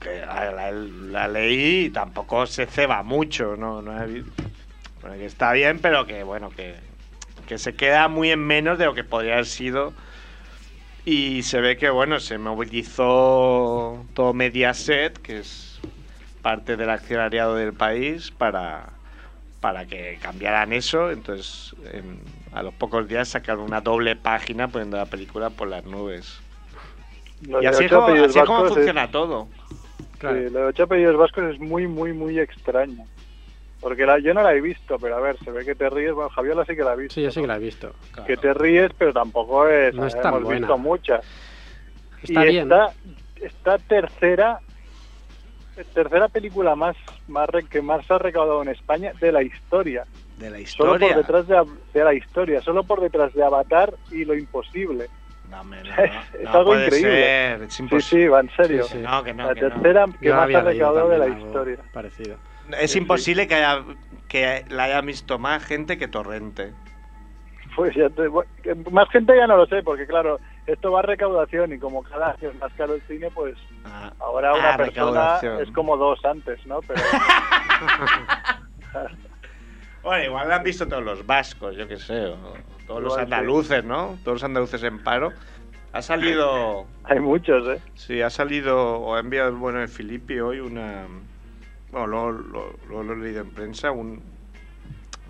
[SPEAKER 1] Que la, la- la leí y tampoco se ceba mucho, ¿no? no he vi- bueno, que está bien, pero que bueno, que, que se queda muy en menos de lo que podría haber sido. Y se ve que, bueno, se movilizó todo Mediaset, que es parte del accionariado del país, para, para que cambiaran eso. Entonces, en- a los pocos días sacaron una doble página poniendo la película por las nubes.
[SPEAKER 5] Lo
[SPEAKER 1] Y
[SPEAKER 5] de
[SPEAKER 1] así es
[SPEAKER 5] Ochoa
[SPEAKER 1] como,
[SPEAKER 5] Apellidos
[SPEAKER 1] así es como
[SPEAKER 5] Vascos es-
[SPEAKER 1] funciona todo.
[SPEAKER 2] Claro.
[SPEAKER 5] Sí, lo de ocho apellidos vascos es muy, muy, muy extraño. Porque la, yo no la he visto, pero a ver, se ve que te ríes. Bueno, Javiola sí que la ha visto.
[SPEAKER 2] Sí, yo sí
[SPEAKER 5] ¿no?
[SPEAKER 2] que la he visto.
[SPEAKER 5] eh, Que te ríes, pero tampoco es.
[SPEAKER 2] No es tan
[SPEAKER 5] hemos
[SPEAKER 2] buena.
[SPEAKER 5] visto muchas.
[SPEAKER 2] Está
[SPEAKER 5] y
[SPEAKER 2] bien.
[SPEAKER 5] Esta, esta tercera tercera película más, más re- que más se ha recaudado en España de la historia.
[SPEAKER 1] De la
[SPEAKER 5] Solo por
[SPEAKER 1] historia.
[SPEAKER 5] detrás de, Av- de la historia, solo por detrás de Avatar y lo imposible.
[SPEAKER 1] No, hombre, no,
[SPEAKER 5] Es-
[SPEAKER 1] no,
[SPEAKER 5] es
[SPEAKER 1] no
[SPEAKER 5] algo
[SPEAKER 1] puede
[SPEAKER 5] increíble.
[SPEAKER 1] ser, es
[SPEAKER 5] Sí,
[SPEAKER 1] imposible.
[SPEAKER 5] sí, va en serio.
[SPEAKER 2] Sí, sí.
[SPEAKER 1] No, que no,
[SPEAKER 5] la
[SPEAKER 1] que no.
[SPEAKER 5] tercera que
[SPEAKER 2] Yo
[SPEAKER 5] más se
[SPEAKER 2] había
[SPEAKER 5] ha
[SPEAKER 2] leído
[SPEAKER 5] recaudado de la
[SPEAKER 2] también algo
[SPEAKER 5] historia.
[SPEAKER 2] Parecido.
[SPEAKER 1] Es
[SPEAKER 5] Sí,
[SPEAKER 1] imposible que, haya- que la haya visto más gente que Torrente.
[SPEAKER 5] Pues ya te- bueno, que más gente ya no lo sé, porque claro, esto va a recaudación y como cada año es más caro el cine, pues
[SPEAKER 1] Ah,
[SPEAKER 5] ahora
[SPEAKER 1] ah,
[SPEAKER 5] una persona
[SPEAKER 1] recaudación.
[SPEAKER 5] es como dos antes, ¿no? Pero
[SPEAKER 1] Bueno, igual la han visto todos los vascos, yo qué sé, o todos los
[SPEAKER 5] Igual, sí.
[SPEAKER 1] andaluces, ¿no? Todos los andaluces en paro. Ha salido,
[SPEAKER 5] hay muchos, ¿eh?
[SPEAKER 1] sí, ha salido, o ha enviado bueno, el Filippi hoy una, bueno, lo, lo- lo- lo he leído en prensa, un,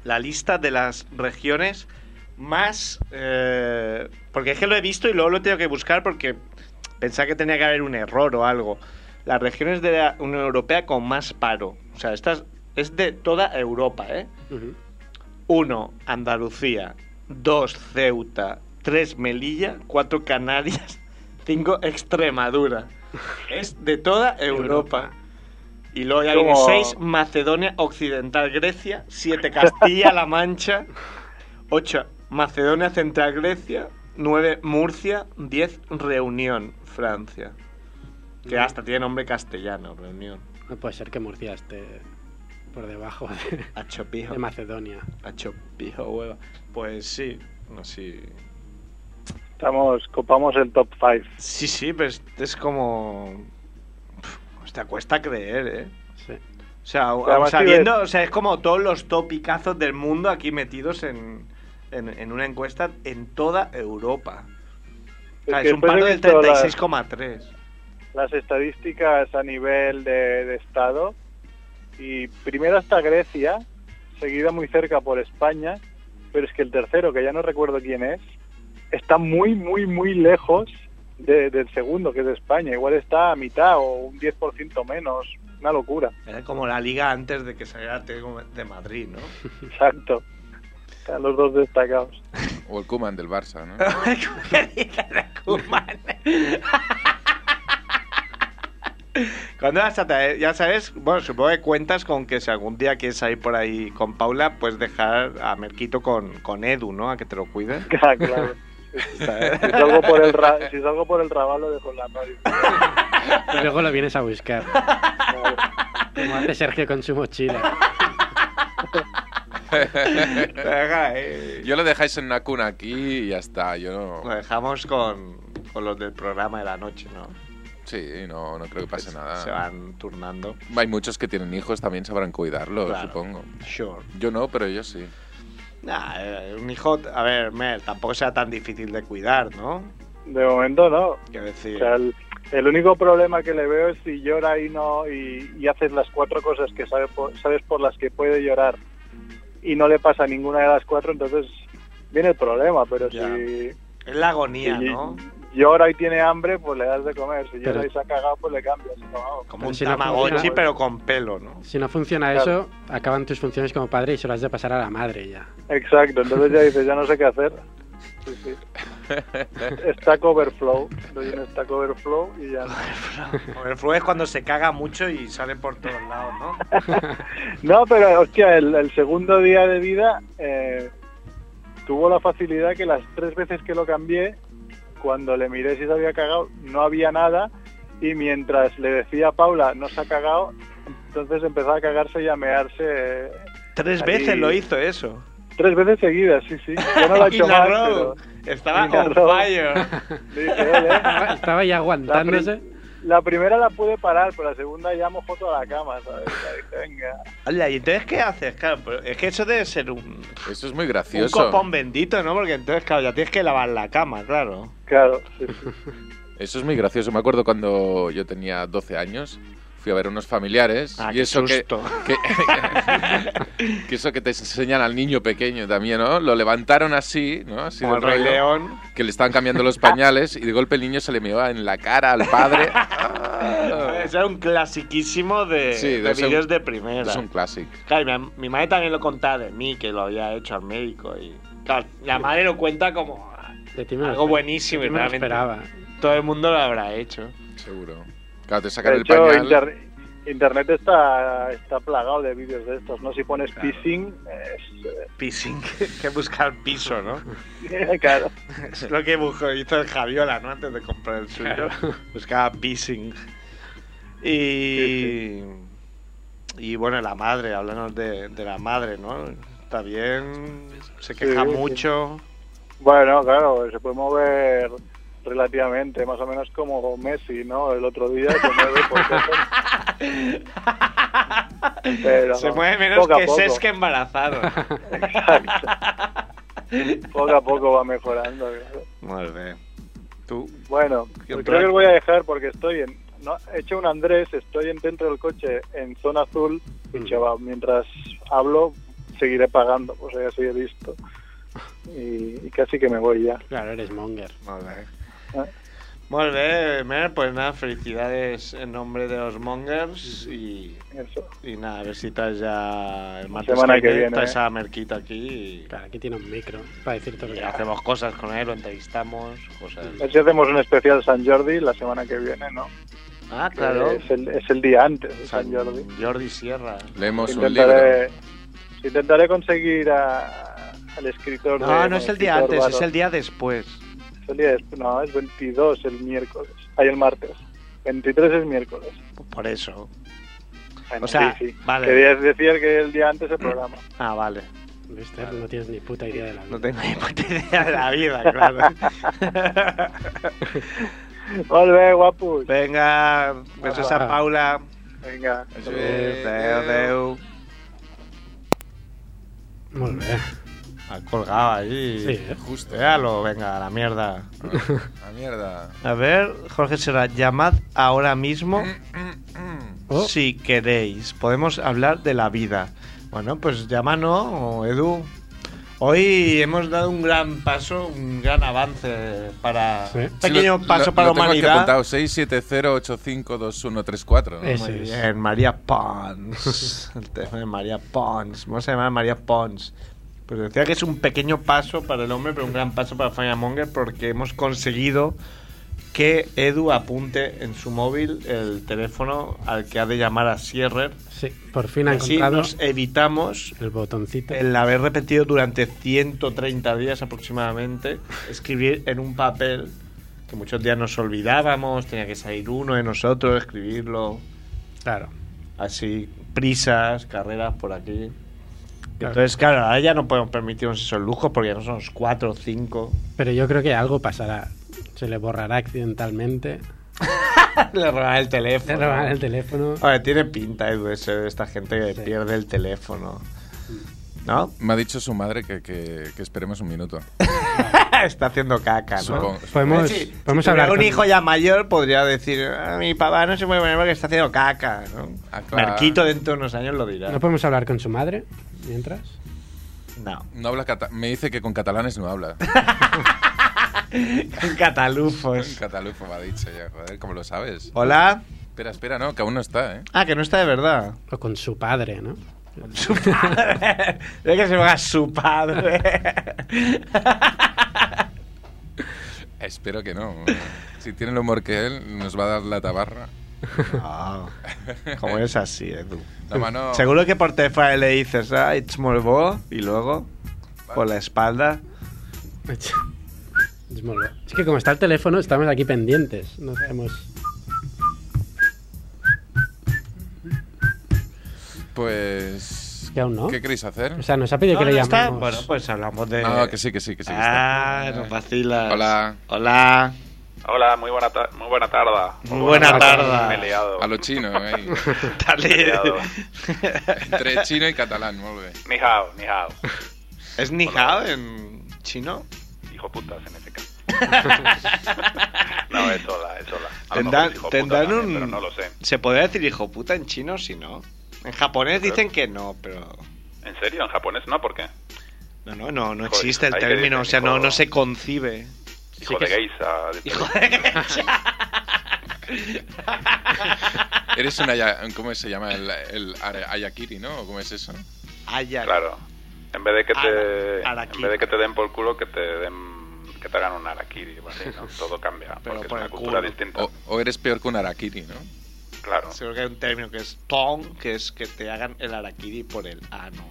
[SPEAKER 1] la lista de las regiones más, eh, porque es que lo he visto y luego lo he tenido que buscar porque pensaba que tenía que haber un error o algo. Las regiones de la Unión Europea con más paro, o sea, estas es de toda Europa, ¿eh?
[SPEAKER 2] Ujú.
[SPEAKER 1] 1. Andalucía. 2. Ceuta. 3. Melilla. 4. Canarias. 5. Extremadura. Es de toda Europa. Y luego ya viene
[SPEAKER 5] Como-
[SPEAKER 1] 6. Macedonia Occidental, Grecia. 7. Castilla-La Mancha. 8. Macedonia Central, Grecia. 9. Murcia. 10. Reunión, Francia.
[SPEAKER 2] Mm.
[SPEAKER 1] Que hasta tiene nombre castellano, Reunión.
[SPEAKER 2] No puede ser que Murcia esté por debajo de,
[SPEAKER 1] Achopijo.
[SPEAKER 2] de Macedonia.
[SPEAKER 1] Achopijo, hueva. Pues sí. No, sí.
[SPEAKER 5] Estamos, copamos el top 5.
[SPEAKER 1] Sí, sí, pero es, es como. Pf, Te cuesta creer, ¿eh?
[SPEAKER 2] Sí.
[SPEAKER 1] O sea, aun
[SPEAKER 5] además
[SPEAKER 1] sabiendo, o sea, es como todos los topicazos del mundo aquí metidos en, en, en una encuesta en toda Europa. O sea, es, un paro del 36,3.
[SPEAKER 5] las estadísticas a nivel de, de estado y primero hasta Grecia, seguida muy cerca por España, pero es que el tercero, que ya no recuerdo quién es, está muy, muy, muy lejos de- del segundo, que es de España. Igual está a mitad o un 10% menos, una locura.
[SPEAKER 1] Era ¿eh? como la liga antes de que saliera Atlético de Madrid, ¿no?
[SPEAKER 5] Exacto. Están los dos destacados.
[SPEAKER 3] O el Kuman del Barça, ¿no?
[SPEAKER 1] ¿Qué dices de Koeman? Cuando vas a traer- ya sabes, bueno, supongo que cuentas con que si algún día quieres salir por ahí con Paula, pues dejar a Merquito con, con Edu, ¿no? A que te lo cuide.
[SPEAKER 5] Ah, claro. Si salgo por el, ra- si salgo por el rabal, lo dejo en la radio.
[SPEAKER 2] Y luego lo vienes a buscar.
[SPEAKER 5] Claro.
[SPEAKER 2] Como hace Sergio con su mochila.
[SPEAKER 1] Te deja ahí.
[SPEAKER 3] eh, Yo lo dejáis en una cuna aquí y ya está. Yo no.
[SPEAKER 1] Lo dejamos con, con los del programa de la noche, ¿no?
[SPEAKER 3] Sí, no, no creo que pase
[SPEAKER 1] Se
[SPEAKER 3] nada.
[SPEAKER 1] van turnando.
[SPEAKER 3] Hay muchos que tienen hijos, también sabrán cuidarlo,
[SPEAKER 1] Claro.
[SPEAKER 3] supongo.
[SPEAKER 1] Sure.
[SPEAKER 3] Yo no, pero ellos sí.
[SPEAKER 1] Nah, eh, un hijo, a ver, Mer, tampoco sea tan difícil de cuidar, ¿no?
[SPEAKER 5] De momento no.
[SPEAKER 1] Quiero decir.
[SPEAKER 5] O sea, el, el único problema que le veo es si llora y no y, y haces las cuatro cosas que sabe por- sabes por las que puede llorar y no le pasa ninguna de las cuatro, entonces viene el problema. Pero
[SPEAKER 1] Ya.
[SPEAKER 5] si,
[SPEAKER 1] Es la agonía,
[SPEAKER 5] si
[SPEAKER 1] ¿no?
[SPEAKER 5] llora y tiene hambre, pues le das de comer. Si llora
[SPEAKER 2] Pero-
[SPEAKER 5] y se ha cagado, pues le cambias. No, vamos.
[SPEAKER 1] Como
[SPEAKER 2] Pero
[SPEAKER 1] un
[SPEAKER 2] si no
[SPEAKER 1] Tamagotchi,
[SPEAKER 2] funciona-
[SPEAKER 1] pero con pelo, ¿no?
[SPEAKER 2] Si no funciona
[SPEAKER 5] Claro.
[SPEAKER 2] eso, acaban tus funciones como padre y se las has de pasar a la madre ya.
[SPEAKER 5] Exacto, entonces ya dices, ya no sé qué hacer. Sí, sí. Stack Overflow, doy un Stack Overflow y ya. no.
[SPEAKER 1] Overflow es cuando se caga mucho y sale por todos lados, ¿no?
[SPEAKER 5] No, pero hostia, el, el segundo día de vida eh, tuvo la facilidad que las tres veces que lo cambié, cuando le miré si se había cagado, no había nada y mientras le decía a Paula no se ha cagado, entonces empezaba a cagarse y a mearse eh,
[SPEAKER 1] Tres
[SPEAKER 5] Ahí.
[SPEAKER 1] veces lo hizo eso.
[SPEAKER 5] tres veces seguidas, sí, sí. Yo no lo he
[SPEAKER 1] Y
[SPEAKER 5] hecho
[SPEAKER 1] la
[SPEAKER 5] mal,
[SPEAKER 1] Row
[SPEAKER 5] pero
[SPEAKER 1] estaba
[SPEAKER 5] Y la
[SPEAKER 1] on
[SPEAKER 5] Row.
[SPEAKER 1] fire.
[SPEAKER 5] le dije, "Oye, eh".
[SPEAKER 2] Estaba- Estaba ya aguantándose.
[SPEAKER 5] la primera la pude parar, pero la segunda ya mojó toda la cama, ¿sabes? Ya dije, venga.
[SPEAKER 1] Hola, ¿y entonces qué haces? Claro, pero es que eso debe ser un,
[SPEAKER 3] Eso es muy
[SPEAKER 1] un
[SPEAKER 3] gracioso.
[SPEAKER 1] copón bendito, ¿no? Porque entonces, claro, ya tienes que lavar la cama, claro.
[SPEAKER 5] Claro, sí, sí.
[SPEAKER 3] Eso es muy gracioso. Me acuerdo cuando yo tenía 12 años, fui a ver unos familiares.
[SPEAKER 1] Ah,
[SPEAKER 3] y
[SPEAKER 1] qué
[SPEAKER 3] eso que,
[SPEAKER 1] susto.
[SPEAKER 3] que- que eso que te enseñan al niño pequeño también, ¿no? Lo levantaron así, ¿no? Así
[SPEAKER 1] Como
[SPEAKER 3] del
[SPEAKER 1] el Rey
[SPEAKER 3] rollo,
[SPEAKER 1] León.
[SPEAKER 3] Que le estaban cambiando los pañales y de golpe el niño se le miraba en la cara al padre. Ah.
[SPEAKER 1] Ese era un clasiquísimo de,
[SPEAKER 3] Sí,
[SPEAKER 1] de
[SPEAKER 3] de ese-
[SPEAKER 1] vídeos de primera.
[SPEAKER 3] es un clásico.
[SPEAKER 1] Claro, y mi, mi madre también lo contaba de mí, que lo había hecho al médico. Y, claro, la madre lo cuenta como ah,
[SPEAKER 2] De ti me lo
[SPEAKER 1] algo
[SPEAKER 2] esper-
[SPEAKER 1] buenísimo.
[SPEAKER 2] de
[SPEAKER 1] Y
[SPEAKER 2] ti me lo
[SPEAKER 1] realmente
[SPEAKER 2] esperaba.
[SPEAKER 1] todo el mundo lo habrá hecho.
[SPEAKER 3] Seguro. Claro, te sacan
[SPEAKER 5] De
[SPEAKER 3] el
[SPEAKER 5] hecho,
[SPEAKER 3] pañal.
[SPEAKER 5] inter- Internet está, está plagado de vídeos de estos, ¿no? Si pones pissing, es,
[SPEAKER 1] Pising, que buscar piso, ¿no?
[SPEAKER 5] eh, claro.
[SPEAKER 1] Es lo que buscó, hizo el Javiola, ¿no? Antes de comprar el suyo. Buscaba pissing. Y. Y bueno, la madre, háblanos de, de la madre, ¿no? Está bien, se queja
[SPEAKER 5] sí.
[SPEAKER 1] mucho.
[SPEAKER 5] Bueno, claro, se puede mover relativamente, más o menos como Messi, ¿no? El otro día se mueve por cosas. Pero
[SPEAKER 1] se mueve menos
[SPEAKER 5] poco a
[SPEAKER 1] que
[SPEAKER 5] poco.
[SPEAKER 1] Sesca embarazado.
[SPEAKER 5] Poco a poco va mejorando. claro.
[SPEAKER 1] Muy bien. Tú,
[SPEAKER 5] Bueno,
[SPEAKER 1] Qué
[SPEAKER 5] creo que
[SPEAKER 1] práctico.
[SPEAKER 5] lo voy a dejar porque estoy en... No, he hecho un Andrés, estoy en- dentro del coche en zona azul y chaval, mientras hablo seguiré pagando, pues ya soy listo. Y, y casi que me voy ya.
[SPEAKER 2] Claro, eres monger.
[SPEAKER 1] muy bien.
[SPEAKER 5] Ah.
[SPEAKER 1] Muy bien, Mer, pues nada, felicidades en nombre de los Mongers y,
[SPEAKER 5] Eso.
[SPEAKER 1] y nada, a ver si traes ya el martes
[SPEAKER 5] semana que viene,
[SPEAKER 1] traes
[SPEAKER 5] ¿eh?
[SPEAKER 1] a Merquita aquí y-
[SPEAKER 2] Claro, aquí tiene un micro para decirte lo
[SPEAKER 1] Y
[SPEAKER 2] que hace.
[SPEAKER 1] hacemos cosas con él, lo entrevistamos, cosas.
[SPEAKER 5] A ver si hacemos un especial San Jordi la semana que viene, ¿no?
[SPEAKER 1] Ah,
[SPEAKER 5] Que
[SPEAKER 1] claro.
[SPEAKER 5] Es el, es el día antes de Eh, San
[SPEAKER 1] San
[SPEAKER 5] Jordi.
[SPEAKER 1] Jordi Sierra.
[SPEAKER 3] Leemos un libro.
[SPEAKER 5] Intentaré, intentaré conseguir a- al escritor.
[SPEAKER 1] No,
[SPEAKER 5] de-
[SPEAKER 1] no es el día
[SPEAKER 5] escritor
[SPEAKER 1] antes,
[SPEAKER 5] varón.
[SPEAKER 1] es el día después.
[SPEAKER 5] Es el día después. No, es 22 el miércoles. Hay el martes. 23 es miércoles.
[SPEAKER 1] Por eso.
[SPEAKER 5] Bueno,
[SPEAKER 1] O sea,
[SPEAKER 5] sí, sí.
[SPEAKER 1] vale.
[SPEAKER 5] Querías decir que el día antes el programa.
[SPEAKER 1] Ah, vale.
[SPEAKER 2] ¿Viste? No tienes ni puta idea de la
[SPEAKER 1] No
[SPEAKER 2] vida.
[SPEAKER 1] tengo ni puta idea de la vida, claro.
[SPEAKER 5] Volve, guapos.
[SPEAKER 1] Venga, besos a Paula.
[SPEAKER 5] Venga.
[SPEAKER 1] Adeu, adeu.
[SPEAKER 2] Molt bé.
[SPEAKER 1] Ha colgado ahí.
[SPEAKER 2] Sí, eh.
[SPEAKER 3] Justo.
[SPEAKER 1] Véalo, venga, a la mierda.
[SPEAKER 3] La mierda.
[SPEAKER 1] A ver, Jorge será llamad ahora mismo.
[SPEAKER 3] Mm,
[SPEAKER 2] Oh,
[SPEAKER 1] Si queréis, podemos hablar de la vida. Bueno, pues llámanos, Edu. Hoy hemos dado un gran paso, un gran avance para.
[SPEAKER 2] Sí.
[SPEAKER 1] un Pequeño
[SPEAKER 3] Sí, lo-
[SPEAKER 1] paso
[SPEAKER 3] lo-
[SPEAKER 1] para
[SPEAKER 3] lo
[SPEAKER 1] la
[SPEAKER 3] tengo aquí
[SPEAKER 1] humanidad.
[SPEAKER 3] apuntado, 670852134, ¿no?
[SPEAKER 2] Es-
[SPEAKER 1] Muy
[SPEAKER 2] Ese
[SPEAKER 1] bien, María Pons. El teléfono de María Pons. Vamos a llamar a María Pons. Pues decía que es un pequeño paso para el hombre, pero un gran paso para Fania Monger porque hemos conseguido que Edu apunte en su móvil el teléfono al que ha de llamar a Sierrer.
[SPEAKER 2] sí, por fin ha
[SPEAKER 1] Así
[SPEAKER 2] encontrado
[SPEAKER 1] nos evitamos
[SPEAKER 2] el botoncito.
[SPEAKER 1] el haber repetido durante 130 días aproximadamente escribir en un papel que muchos días nos olvidábamos, tenía que salir uno de nosotros, escribirlo,
[SPEAKER 2] Claro.
[SPEAKER 1] así, prisas, carreras por aquí.
[SPEAKER 2] Claro.
[SPEAKER 1] Entonces, claro, ahora ya no podemos permitirnos esos lujos porque ya no somos cuatro o cinco.
[SPEAKER 2] Pero yo creo que algo pasará. Se le borrará accidentalmente.
[SPEAKER 1] Le robarán el
[SPEAKER 2] Le
[SPEAKER 1] teléfono.
[SPEAKER 2] robarán el teléfono.
[SPEAKER 1] A ver, tiene pinta Edu, eso de esta gente que
[SPEAKER 2] Sí.
[SPEAKER 1] pierde el teléfono. ¿No?
[SPEAKER 3] Me ha dicho su madre que, que- que esperemos un minuto.
[SPEAKER 1] Está haciendo caca, ¿no?
[SPEAKER 3] Supongo.
[SPEAKER 2] Podemos,
[SPEAKER 1] Sí, si
[SPEAKER 2] podemos
[SPEAKER 1] tuviera
[SPEAKER 2] hablar.
[SPEAKER 1] un
[SPEAKER 2] con-
[SPEAKER 1] hijo ya mayor podría decir, "Ah, mi papá no se puede poner porque está haciendo caca, ¿no?
[SPEAKER 3] Ah, claro.
[SPEAKER 1] Marquito dentro de unos años lo dirá.
[SPEAKER 2] ¿No pues-
[SPEAKER 1] No.
[SPEAKER 2] podemos hablar con su madre mientras?
[SPEAKER 3] No habla cata- Me dice que con catalanes no habla.
[SPEAKER 2] Pues-
[SPEAKER 1] Catalufos.
[SPEAKER 3] Catalufo me ha dicho ya, joder, ¿cómo lo
[SPEAKER 2] Oh.
[SPEAKER 3] sabes?
[SPEAKER 1] Hola.
[SPEAKER 3] Espera, espera, no, que aún no está, ¿eh?
[SPEAKER 1] Ah, que no está de verdad.
[SPEAKER 2] O con su padre, ¿no?
[SPEAKER 1] Su padre. Debe que se ponga su padre.
[SPEAKER 3] Espero que no. Si tiene el humor que él, nos va a dar la tabarra.
[SPEAKER 1] No. Como es así, Edu.
[SPEAKER 3] No, mano.
[SPEAKER 1] Seguro que por teléfono le dices, ah, it's more bo", y luego, por la espalda.
[SPEAKER 2] Es molt bé. Es que como está el teléfono, estamos aquí pendientes. No sabemos.
[SPEAKER 3] Pues.
[SPEAKER 2] Que aún no.
[SPEAKER 3] ¿Qué queréis hacer?
[SPEAKER 2] O sea, eh, nos ha pedido que
[SPEAKER 1] No,
[SPEAKER 2] le
[SPEAKER 1] no está.
[SPEAKER 2] llamemos.
[SPEAKER 1] Bueno, pues hablamos de...
[SPEAKER 3] No, que sí, que sí, que sí. que
[SPEAKER 1] Ah,
[SPEAKER 3] está.
[SPEAKER 1] nos vacilas.
[SPEAKER 3] Hola.
[SPEAKER 1] Hola.
[SPEAKER 6] Hola, muy buena, ta- muy buena tarda.
[SPEAKER 1] Muy buena tarda.
[SPEAKER 6] Me he liado.
[SPEAKER 3] A lo chino, ¿eh?
[SPEAKER 1] Dale.
[SPEAKER 6] Peleado. eh.
[SPEAKER 3] Entre chino y catalán, muy bien.
[SPEAKER 6] Ni hao, ni hao.
[SPEAKER 1] ¿Es ni hao en chino?
[SPEAKER 6] Hijo putas en ese caso. No, es sola, es sola. A lo mejor
[SPEAKER 1] Tendrán,
[SPEAKER 6] es hijo puta
[SPEAKER 1] tendrán
[SPEAKER 6] también,
[SPEAKER 1] un.
[SPEAKER 6] Pero no lo sé.
[SPEAKER 1] ¿Se podría decir hijo puta en chino si no? En japonés
[SPEAKER 6] Claro.
[SPEAKER 1] dicen que no, pero.
[SPEAKER 6] ¿En serio? ¿En japonés? No, ¿por qué?
[SPEAKER 1] No, no, no, no
[SPEAKER 6] Joder,
[SPEAKER 1] existe el
[SPEAKER 6] ahí te
[SPEAKER 1] término,
[SPEAKER 6] dicen,
[SPEAKER 1] o sea, no,
[SPEAKER 6] hijo-
[SPEAKER 1] no se concibe.
[SPEAKER 6] Hijo
[SPEAKER 2] que
[SPEAKER 6] de geisa. dice.
[SPEAKER 1] Hijo de.
[SPEAKER 3] Eres un haya- ¿Cómo se llama? El, el are- ayakiri, ¿no? ¿O ¿Cómo es eso?
[SPEAKER 1] Haya-
[SPEAKER 6] Claro. En vez de que te,
[SPEAKER 1] Ara- arakiri.
[SPEAKER 6] en vez de que te den por culo, que te den, que te hagan un arakiri, ¿vale? ¿no? Todo cambia,
[SPEAKER 1] Pero
[SPEAKER 6] porque es
[SPEAKER 1] por
[SPEAKER 6] una
[SPEAKER 1] el
[SPEAKER 6] cultura
[SPEAKER 1] culo.
[SPEAKER 6] distinta.
[SPEAKER 3] O, o eres peor que un arakiri, ¿no?
[SPEAKER 6] Claro.
[SPEAKER 1] Seguro que hay un término que es tong, que es que te hagan el araquiri por el ano.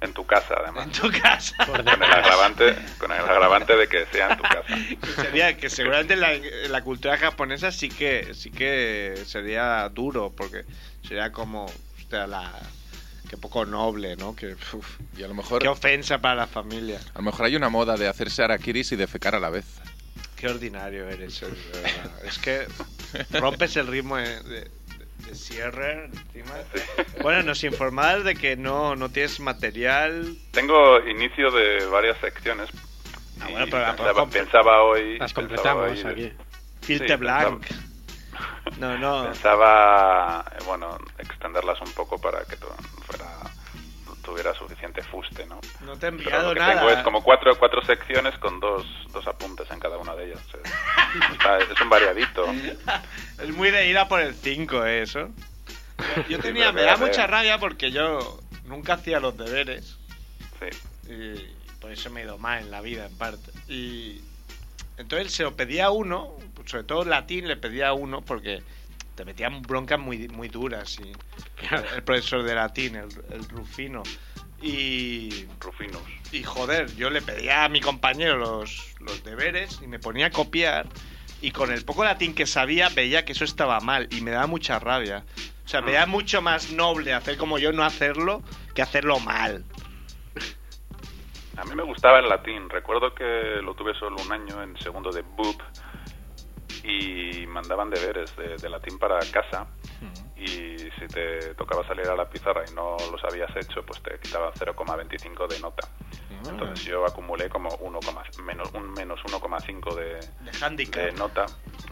[SPEAKER 6] En tu casa,
[SPEAKER 1] En
[SPEAKER 6] además.
[SPEAKER 1] tu casa.
[SPEAKER 2] Por
[SPEAKER 6] Con el agravante, con el agravante de que sea en tu casa.
[SPEAKER 1] Que sería que seguramente en la, en la cultura japonesa sí que sí que sería duro porque sería como hostia, la que poco noble no que uf,
[SPEAKER 3] Y a lo mejor
[SPEAKER 1] qué ofensa para la familia
[SPEAKER 3] a lo mejor hay una moda de hacerse arakiris y defecar a la vez.
[SPEAKER 1] qué ordinario eres de verdad. es que rompes el ritmo de, de- de cierre encima bueno nos informabas de que no no tienes material
[SPEAKER 6] Tengo inicio de varias secciones.
[SPEAKER 1] Ah,
[SPEAKER 6] y
[SPEAKER 1] bueno, pero la-
[SPEAKER 6] pensaba, pensaba hoy.
[SPEAKER 2] Las
[SPEAKER 6] pensaba
[SPEAKER 2] completamos
[SPEAKER 6] hoy-
[SPEAKER 2] aquí.
[SPEAKER 1] filte
[SPEAKER 6] Sí,
[SPEAKER 1] blanc no no
[SPEAKER 6] Pensaba, eh, bueno, extenderlas un poco para que to- fuera, tuviera suficiente fuste, ¿no?
[SPEAKER 1] no te he
[SPEAKER 6] Pero lo
[SPEAKER 1] enviado
[SPEAKER 6] que tengo es
[SPEAKER 1] nada
[SPEAKER 6] como cuatro, cuatro secciones con dos, dos apuntes en cada una de ellas. Es, está- es un variadito.
[SPEAKER 1] Es muy de ira por el 5 eso. Yo
[SPEAKER 6] Sí, pero
[SPEAKER 1] tenía, me da
[SPEAKER 6] fíjate.
[SPEAKER 1] mucha rabia porque yo nunca hacía los deberes
[SPEAKER 6] Sí,
[SPEAKER 1] y por eso me he ido mal en la vida en parte. Y entonces se lo pedía a uno, sobre todo en latín le pedía a uno porque te metían broncas muy, muy duras y el profesor de latín, el, el Rufino. Y,
[SPEAKER 6] Rufinus.
[SPEAKER 1] y joder, yo le pedía a mi compañero los, los deberes y me ponía a copiar y con el poco latín que sabía veía que eso estaba mal y me daba mucha rabia. O sea, me
[SPEAKER 6] Ah.
[SPEAKER 1] da mucho más noble hacer como yo no hacerlo que hacerlo mal.
[SPEAKER 6] A mí me gustaba el latín. Recuerdo que lo tuve solo un año en segundo de BUP y mandaban deberes de, de latín para casa. Y si te tocaba salir a la pizarra y no los habías hecho, pues te quitaban 0,25 de nota. Entonces yo acumulé como 1, menos, un menos 1,5 de,
[SPEAKER 1] De
[SPEAKER 6] de
[SPEAKER 1] handicap.
[SPEAKER 6] nota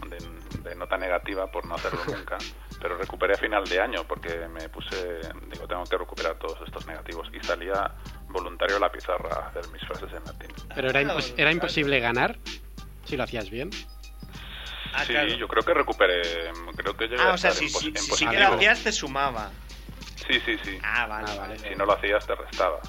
[SPEAKER 6] de, de nota negativa por no hacerlo nunca pero recuperé a final de año porque me puse digo tengo que recuperar todos estos negativos y salía voluntario a la pizarra a hacer mis frases en latín
[SPEAKER 2] Pero era, impos- era imposible ganar si lo hacías bien.
[SPEAKER 1] Ah,
[SPEAKER 6] sí
[SPEAKER 1] claro.
[SPEAKER 6] yo creo que recuperé creo que llegué
[SPEAKER 1] Ah,
[SPEAKER 6] a
[SPEAKER 1] o sea,
[SPEAKER 6] estar
[SPEAKER 1] si,
[SPEAKER 6] en pos-
[SPEAKER 1] si,
[SPEAKER 6] en
[SPEAKER 1] si sí
[SPEAKER 6] positivo
[SPEAKER 1] que lo hacías te sumaba.
[SPEAKER 6] sí sí sí
[SPEAKER 1] Ah, vale,
[SPEAKER 2] Ah,
[SPEAKER 1] vale.
[SPEAKER 2] vale.
[SPEAKER 6] si no lo hacías te restaba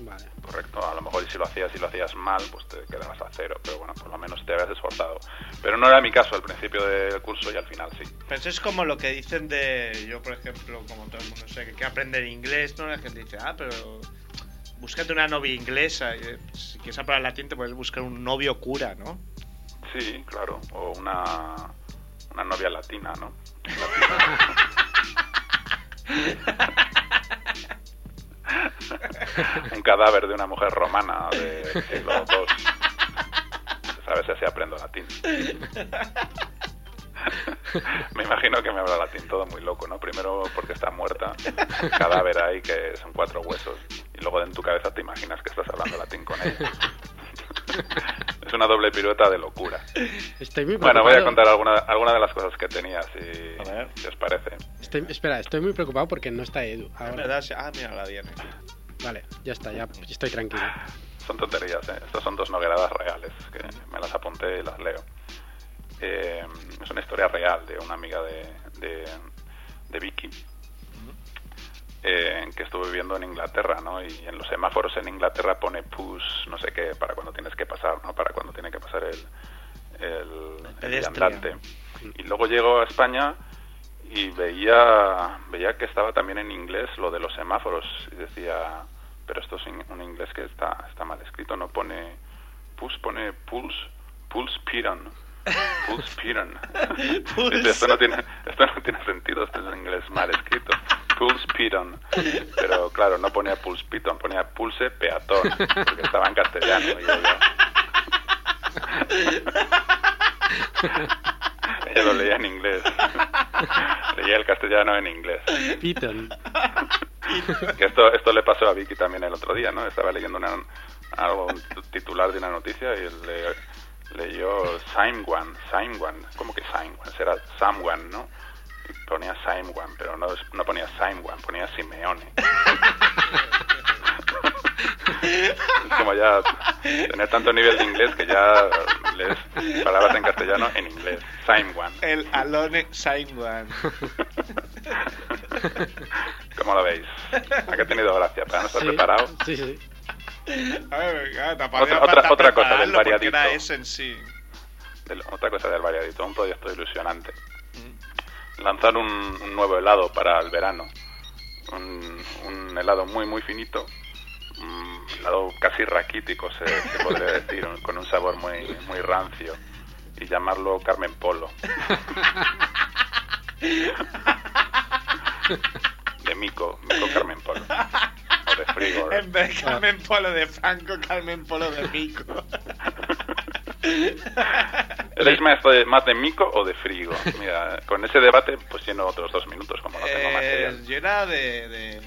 [SPEAKER 2] Vale.
[SPEAKER 6] correcto a lo mejor y si lo hacías y lo hacías mal pues te quedabas a cero pero bueno por lo menos te habías esforzado pero no era mi caso al principio del curso y al final sí
[SPEAKER 1] Pero eso es como lo que dicen de. Yo, por ejemplo, como todo el mundo sé que hay que aprender inglés, ¿no? La gente dice, ah, pero. Búscate una novia inglesa. Y, eh, Si quieres aprender latín, te puedes buscar un novio cura, ¿no?
[SPEAKER 6] sí claro o una una novia latina no un cadáver de una mujer romana de siglo II. ¿Sabes? Así aprendo latín. Me imagino que me habla latín todo muy loco, ¿no? Primero porque está muerta, un cadáver ahí que son cuatro huesos, y luego en tu cabeza te imaginas que estás hablando latín con ella. Es una doble pirueta de locura.
[SPEAKER 2] Estoy muy
[SPEAKER 6] Bueno,
[SPEAKER 2] preocupado.
[SPEAKER 6] voy a contar alguna, alguna de las cosas que tenía, si,
[SPEAKER 1] A ver.
[SPEAKER 6] si os parece.
[SPEAKER 2] Estoy- espera, estoy muy preocupado porque no está Edu.
[SPEAKER 1] Es
[SPEAKER 2] Ahora.
[SPEAKER 1] verdad, sí. Ah, mira, la viene.
[SPEAKER 2] Vale, ya está, ya estoy tranquilo.
[SPEAKER 6] Son tonterías, ¿eh? Estas son dos nogueradas reales, que me las apunté y las leo. Eh, es una historia real de una amiga de, de, de Vicky, eh, que estuvo viviendo en Inglaterra, ¿no? Y en los semáforos en Inglaterra pone push, no sé qué, para cuando tienes que pasar, ¿no? Para cuando tiene que pasar el, el, el
[SPEAKER 1] pedestre.
[SPEAKER 6] andante. Y luego llegó a España y veía, veía que estaba también en inglés lo de los semáforos y decía, pero esto es in- un inglés que está, está mal escrito, no pone push, pone pulse, pulse piran. Pulse piran.
[SPEAKER 1] Pulse.
[SPEAKER 6] Dice, esto, no tiene, esto no tiene sentido, esto es un inglés mal escrito. Pulse piran. Pero claro, no ponía pulse piton, ponía pulse peatón, porque estaba en castellano. Y ella- ella lo leía en inglés. leía el castellano en inglés.
[SPEAKER 2] Piton.
[SPEAKER 6] Que esto, esto le pasó a Vicky también el otro día, ¿no? Estaba leyendo una, algo, un t- titular de una noticia y le, leyó Saimwan, Saimwan, ¿cómo que Saimwan? Será Samwan, ¿no? Y ponía Saimwan, pero no, es- no ponía Saimwan, ponía Simeone. Es como ya tener tanto nivel de inglés que ya lees palabras en castellano en inglés. Saimwan.
[SPEAKER 1] El Alone Saimwan.
[SPEAKER 6] ¿Cómo lo veis? ¿A qué ha tenido gracia? ¿Para no estar
[SPEAKER 2] Sí,
[SPEAKER 6] preparado?
[SPEAKER 2] Sí, sí.
[SPEAKER 1] A ver, claro, tampoco
[SPEAKER 6] Otra-
[SPEAKER 1] había
[SPEAKER 6] otra-
[SPEAKER 1] falta
[SPEAKER 6] otra cosa del
[SPEAKER 1] prepararlo, porque
[SPEAKER 6] variadito.
[SPEAKER 1] era eso en sí.
[SPEAKER 6] de lo- otra cosa del variadito, un proyecto ilusionante. Lanzar un, un nuevo helado para el verano. Un, un helado muy, muy finito. Un helado casi raquítico, se, se podría decir, un- con un sabor muy, muy rancio. Y llamarlo Carmen Polo. De Mico, Mico Carmen Polo. O de Frigor.
[SPEAKER 1] En vez
[SPEAKER 2] Ah.
[SPEAKER 1] de Carmen Polo de Franco, Carmen Polo de Mico.
[SPEAKER 6] ¿Eres más de, más de mico o de frigo? Mira, con ese debate pues lleno otros dos minutos, como no tengo
[SPEAKER 1] Eh,
[SPEAKER 6] material.
[SPEAKER 1] yo era de, de-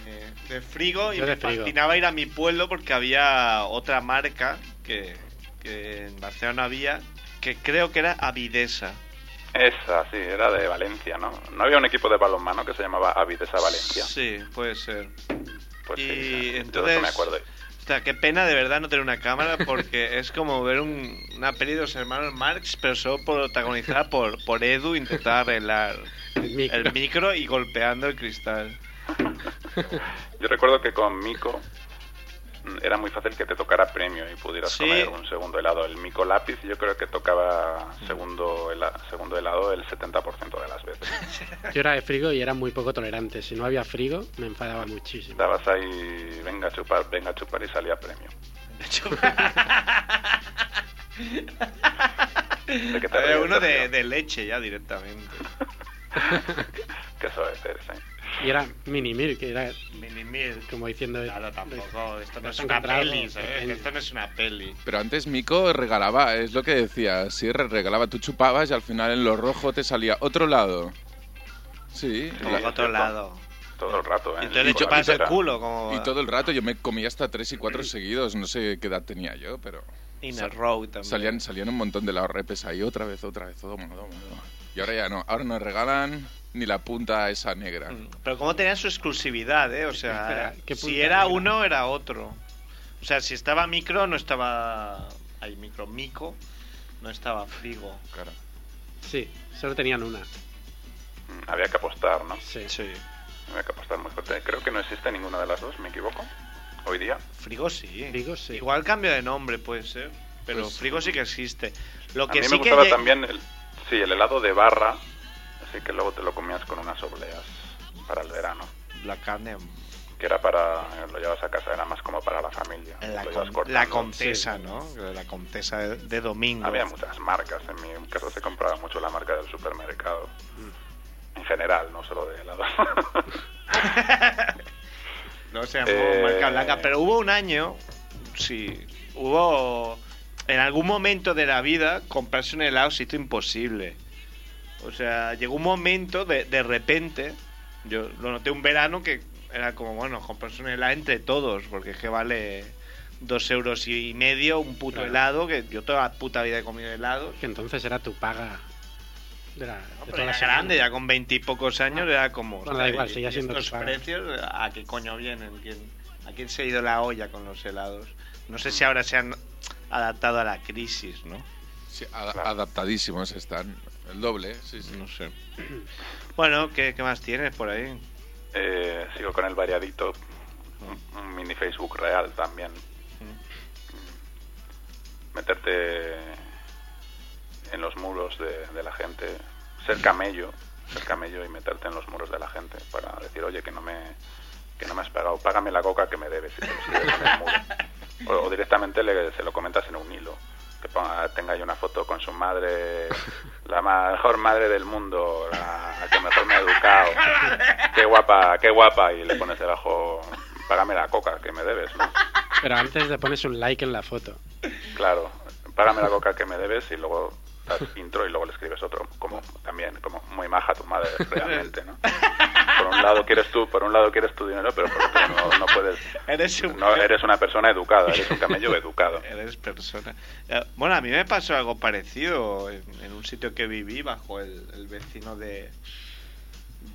[SPEAKER 1] de frigo y
[SPEAKER 2] Yo
[SPEAKER 1] me
[SPEAKER 2] de frigo.
[SPEAKER 1] fascinaba ir a mi pueblo porque había otra marca que, que en Barcelona había que creo que era Avidesa.
[SPEAKER 6] Esa, sí, era de Valencia, ¿no? ¿No había un equipo de balonmano que se llamaba Avidesa Valencia?
[SPEAKER 1] Sí, puede ser.
[SPEAKER 6] Pues sí,
[SPEAKER 1] y
[SPEAKER 6] yo de eso
[SPEAKER 1] entonces-
[SPEAKER 6] me acuerdo.
[SPEAKER 1] O sea, qué pena de verdad no tener una cámara porque es como ver un- una peli de los hermanos Marx, pero solo protagonizada por, por Edu intentar arreglar
[SPEAKER 2] El micro.
[SPEAKER 1] el micro y golpeando el cristal.
[SPEAKER 6] Yo recuerdo que con mico mm, era muy fácil que te tocara premio y pudieras
[SPEAKER 1] Sí.
[SPEAKER 6] comer un segundo helado. El mico lápiz yo creo que tocaba segundo, hela- segundo helado el 70% de las veces.
[SPEAKER 2] Yo era de frigo y era muy poco tolerante. Si no había frigo, me enfadaba muchísimo.
[SPEAKER 6] Estabas ahí, venga a chupar, venga a chupar y salía premio. ¿De qué te
[SPEAKER 1] Había
[SPEAKER 6] ríes,
[SPEAKER 1] uno de,
[SPEAKER 6] Sergio?
[SPEAKER 1] de leche ya directamente.
[SPEAKER 6] Qué soez eres, ¿eh?
[SPEAKER 2] Y era minimir, que era
[SPEAKER 1] Minimil.
[SPEAKER 2] como diciendo...
[SPEAKER 1] Claro, tampoco. Esto no es
[SPEAKER 2] un
[SPEAKER 1] una
[SPEAKER 2] trago,
[SPEAKER 1] peli, ¿sabes?
[SPEAKER 2] pequeño.
[SPEAKER 1] Esto no es una peli.
[SPEAKER 3] Pero antes Mico regalaba, es lo que decía, sí, re- regalaba, tú chupabas y al final en lo rojo te salía otro lado. Sí,
[SPEAKER 6] Sí.
[SPEAKER 1] Como
[SPEAKER 3] y-
[SPEAKER 1] a otro lado.
[SPEAKER 6] Todo el rato, ¿eh?
[SPEAKER 1] Entonces le
[SPEAKER 6] Con la
[SPEAKER 1] chupas el
[SPEAKER 6] pizza.
[SPEAKER 1] culo como
[SPEAKER 3] y todo el rato yo me comía hasta tres y cuatro seguidos, no sé qué edad tenía yo, pero
[SPEAKER 1] In a row también.
[SPEAKER 3] salían, salían un montón de las repes ahí, otra vez, otra vez, todo mono, todo mono. Y ahora ya no, ahora nos regalan ni la punta esa negra.
[SPEAKER 1] Pero como tenían su exclusividad, ¿eh? O sea,
[SPEAKER 2] Espera, ¿qué
[SPEAKER 1] si
[SPEAKER 2] punta
[SPEAKER 1] era
[SPEAKER 2] era?
[SPEAKER 1] uno, era otro. O sea, si estaba micro, no estaba... Hay micro, mico. No estaba frigo.
[SPEAKER 3] Claro.
[SPEAKER 2] Sí, solo tenían una.
[SPEAKER 6] Mm, Había que apostar, ¿no?
[SPEAKER 2] Sí.
[SPEAKER 1] Sí.
[SPEAKER 6] Había que apostar muy fuerte. Creo que no existe ninguna de las dos, ¿me equivoco? Hoy día.
[SPEAKER 1] Frigo sí.
[SPEAKER 2] Frigo sí.
[SPEAKER 1] Igual cambio de nombre puede ser. Pero
[SPEAKER 3] Pues-
[SPEAKER 1] frigo sí que existe. Lo
[SPEAKER 6] A
[SPEAKER 1] que
[SPEAKER 6] mí
[SPEAKER 1] sí
[SPEAKER 6] me
[SPEAKER 1] que
[SPEAKER 6] gustaba
[SPEAKER 1] lle-
[SPEAKER 6] también el, sí, el helado de barra, así que luego te lo comías con unas obleas para el verano.
[SPEAKER 1] La carne...
[SPEAKER 6] Que era para... eh, Lo llevas a casa, era más como para la familia.
[SPEAKER 1] La,
[SPEAKER 6] lo
[SPEAKER 1] con-
[SPEAKER 6] ibas
[SPEAKER 1] la
[SPEAKER 6] cortando.
[SPEAKER 1] contesa, ¿no? La contesa de, de domingo.
[SPEAKER 6] Había muchas marcas. En mi casa se compraba mucho la marca del supermercado. En general, no solo de helado.
[SPEAKER 1] No se llamó
[SPEAKER 6] Eh,
[SPEAKER 1] marca blanca, pero hubo un año, sí, hubo en algún momento de la vida comprarse un helado se hizo imposible. O sea, llegó un momento de, de repente, yo lo noté un verano que era como, bueno, comprarse un helado entre todos, porque es que vale dos euros y medio un puto
[SPEAKER 2] Claro.
[SPEAKER 1] helado, que yo toda la puta vida he comido helados.
[SPEAKER 2] Que entonces era tu paga de la, de
[SPEAKER 1] No,
[SPEAKER 2] toda
[SPEAKER 1] pero
[SPEAKER 2] la
[SPEAKER 1] era
[SPEAKER 2] semana.
[SPEAKER 1] grande, ya con veintipocos años era como.
[SPEAKER 2] Bueno, da igual,
[SPEAKER 1] "Ay,
[SPEAKER 2] seguía
[SPEAKER 1] ¿y
[SPEAKER 2] siendo
[SPEAKER 1] Estos
[SPEAKER 2] tu paga".
[SPEAKER 1] precios, ¿a qué coño vienen? ¿Quién- ¿A quién se ha ido la olla con los helados? No sé si ahora se han adaptado a la crisis, ¿no?
[SPEAKER 3] Sí, a- Adaptadísimos están, el doble, sí, sí.
[SPEAKER 1] No sé. Bueno, ¿qué, qué más tienes por ahí?
[SPEAKER 6] Eh, sigo con el variadito. Un, un mini Facebook real también. Meterte en los muros de, de la gente. Ser camello. Ser camello y meterte en los muros de la gente para decir, oye, que no me, que no me has pagado. Págame la coca que me debes. Y te lo escribes en el muro. O, o directamente le- se lo comentas en un hilo. Que ponga- tenga ahí una foto con su madre, la ma- mejor madre del mundo, la, la que mejor me ha educado. Qué guapa, qué guapa. Y le pones debajo, págame la coca que me debes, ¿no?
[SPEAKER 2] Pero antes te pones un like en la foto.
[SPEAKER 6] Claro, págame la coca que me debes y luego das intro y luego le escribes otro. Como también, como muy maja tu madre, realmente, ¿no? por un lado quieres tú, por un lado quieres tu dinero, pero por otro no, no puedes.
[SPEAKER 1] Eres un-
[SPEAKER 6] No eres una persona educada, eres un camello educado.
[SPEAKER 1] Eres persona. Eh, Bueno, a mí me pasó algo parecido en, en un sitio que viví bajo el, el vecino de,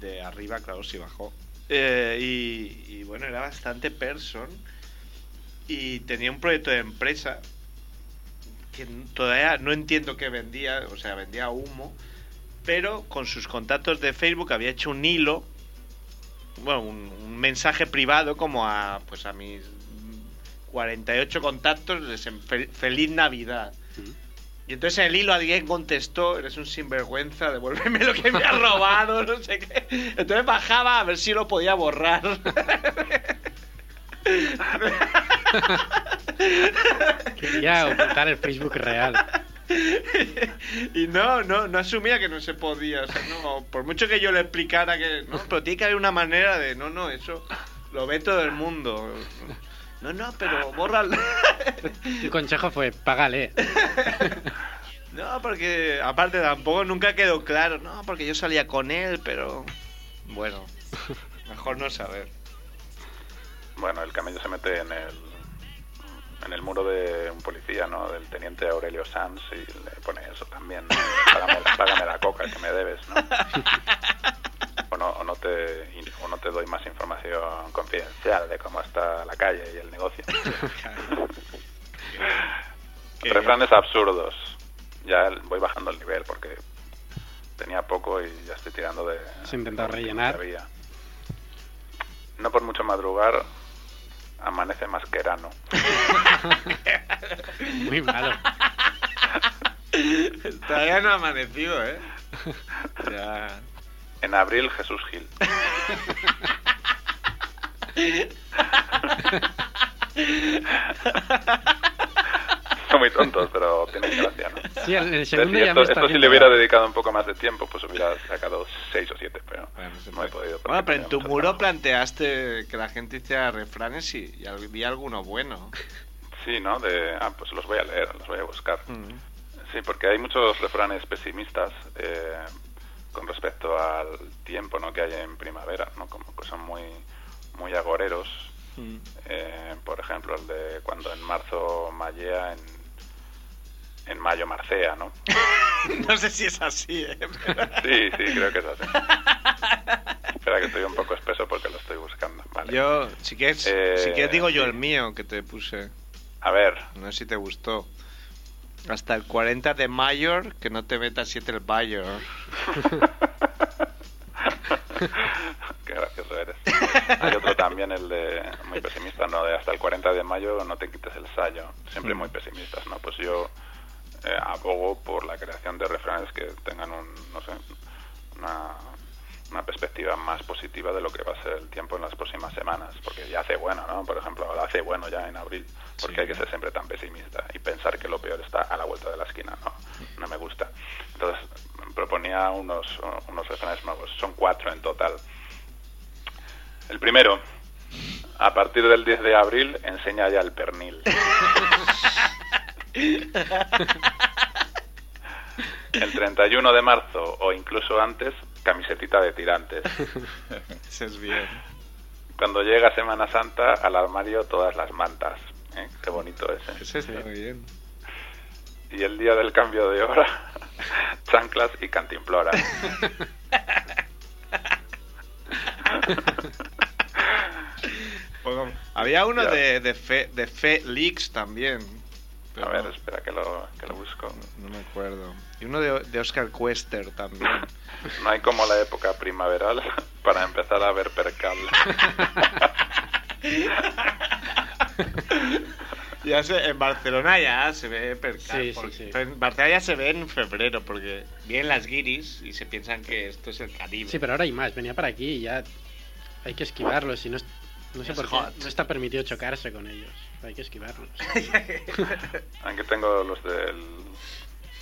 [SPEAKER 1] de arriba, claro, sí bajó. Eh, y, y bueno, era bastante person y tenía un proyecto de empresa que n- todavía no entiendo qué vendía, o sea, vendía humo, pero con sus contactos de Facebook había hecho un hilo, bueno, un, un mensaje privado como a, pues a mis 48 contactos, les en- fel- feliz Navidad. Y entonces en el hilo alguien contestó, eres un sinvergüenza, devuélveme lo que me has robado, no sé qué. Entonces bajaba a ver si lo podía borrar.
[SPEAKER 2] Quería ocultar el Facebook real.
[SPEAKER 1] y no, no, no asumía que no se podía. O sea, no, por mucho que yo le explicara que no, pero tiene que haber una manera de, no, no, eso lo ve todo el mundo. No, no, pero bórralo.
[SPEAKER 2] Tu consejo fue, págale.
[SPEAKER 1] No, porque aparte tampoco nunca quedó claro. No, porque yo salía con él, pero bueno, mejor no saber.
[SPEAKER 6] Bueno, el camello se mete en el, en el muro de un policía, ¿no? Del teniente Aurelio Sanz y le pone eso también. ¿no? Págame, págame la coca que me debes, ¿no? O no, o no te, o no te doy más información confidencial de cómo está la calle y el negocio. Refranes absurdos. Ya voy bajando el nivel porque tenía poco y ya estoy tirando de...
[SPEAKER 2] Se intentó
[SPEAKER 6] de lo que
[SPEAKER 2] rellenar.
[SPEAKER 6] había. No por mucho madrugar, amanece más que erano.
[SPEAKER 2] Muy malo.
[SPEAKER 1] Todavía no ha amanecido, ¿eh? Ya.
[SPEAKER 6] En abril, Jesús Gil. Son muy tontos, pero tienen gracia, ¿no?
[SPEAKER 2] Sí, el, el
[SPEAKER 6] Es
[SPEAKER 2] segundo
[SPEAKER 6] decir,
[SPEAKER 2] ya me
[SPEAKER 6] esto,
[SPEAKER 2] está
[SPEAKER 6] esto si
[SPEAKER 2] haciendo
[SPEAKER 6] le hubiera
[SPEAKER 2] gracia.
[SPEAKER 6] dedicado un poco más de tiempo, pues hubiera sacado seis o siete, pero no he podido. porque
[SPEAKER 1] Bueno, pero
[SPEAKER 6] tenía
[SPEAKER 1] en tu
[SPEAKER 6] mucho
[SPEAKER 1] muro
[SPEAKER 6] trabajo.
[SPEAKER 1] planteaste que la gente hiciera refranes y, y había alguno bueno.
[SPEAKER 6] Sí, ¿no? De, ah, pues los voy a leer, los voy a buscar.
[SPEAKER 1] Mm.
[SPEAKER 6] Sí, porque hay muchos refranes pesimistas eh, con respecto al tiempo ¿no? que hay en primavera, ¿no? como que son muy, muy agoreros. Eh, por ejemplo, el de cuando en marzo mallea, en, en mayo marcea, ¿no?
[SPEAKER 1] No sé si es así, ¿eh?
[SPEAKER 6] Sí, sí, creo que es así. Espera que estoy un poco espeso porque lo estoy buscando. Vale.
[SPEAKER 1] Yo, si quieres,
[SPEAKER 6] Eh,
[SPEAKER 1] si quieres digo yo
[SPEAKER 6] sí.
[SPEAKER 1] el mío que te puse.
[SPEAKER 6] A ver,
[SPEAKER 1] No sé si te gustó. Hasta el 40 de mayo, que no te meta 7 el mayo.
[SPEAKER 6] Qué gracioso eres. Hay otro también, el de muy pesimista, ¿no? De hasta el 40 de mayo no te quites el sayo. Siempre muy pesimistas, ¿no? Pues yo eh, abogo por la creación de refranes que tengan un, no sé, una, una perspectiva más positiva de lo que va a ser el tiempo en las próximas semanas. Porque ya hace bueno, ¿no? Por ejemplo, ahora hace bueno ya en abril. Porque
[SPEAKER 1] Sí.
[SPEAKER 6] hay que ser siempre tan pesimista y pensar que lo peor está a la vuelta de la esquina, ¿no? No me gusta. Entonces proponía unos, unos refranes nuevos. Son cuatro en total. El primero, a partir del 10 de abril, enseña ya el pernil. El 31 de marzo o incluso antes, camisetita de tirantes.
[SPEAKER 1] Ese es bien.
[SPEAKER 6] Cuando llega Semana Santa, al armario todas las mantas. ¿eh? Qué bonito ese.
[SPEAKER 1] Ese está bien.
[SPEAKER 6] Y el día del cambio de hora, chanclas y cantimploras.
[SPEAKER 1] Poco- Había uno
[SPEAKER 6] Ya.
[SPEAKER 1] de, de, fe, de Leaks también. pero
[SPEAKER 6] A ver,
[SPEAKER 1] no-
[SPEAKER 6] espera que lo, que lo busco.
[SPEAKER 1] no me acuerdo. Y uno de, de Oscar Quester también.
[SPEAKER 6] No hay como la época primaveral para empezar a ver percal.
[SPEAKER 1] ya sé, en Barcelona ya se ve percal.
[SPEAKER 2] Sí, sí,
[SPEAKER 1] porque-
[SPEAKER 2] sí.
[SPEAKER 1] pero En Barcelona ya se ve en febrero porque vienen las guiris y se piensan que esto es el Caribe.
[SPEAKER 2] Sí, pero ahora hay más. Venía para aquí y ya hay que esquivarlos. Y no, es- no sé
[SPEAKER 1] Es
[SPEAKER 2] por
[SPEAKER 1] hot.
[SPEAKER 2] qué. No está permitido chocarse con ellos. Hay que esquivarlos.
[SPEAKER 6] Aunque tengo los del,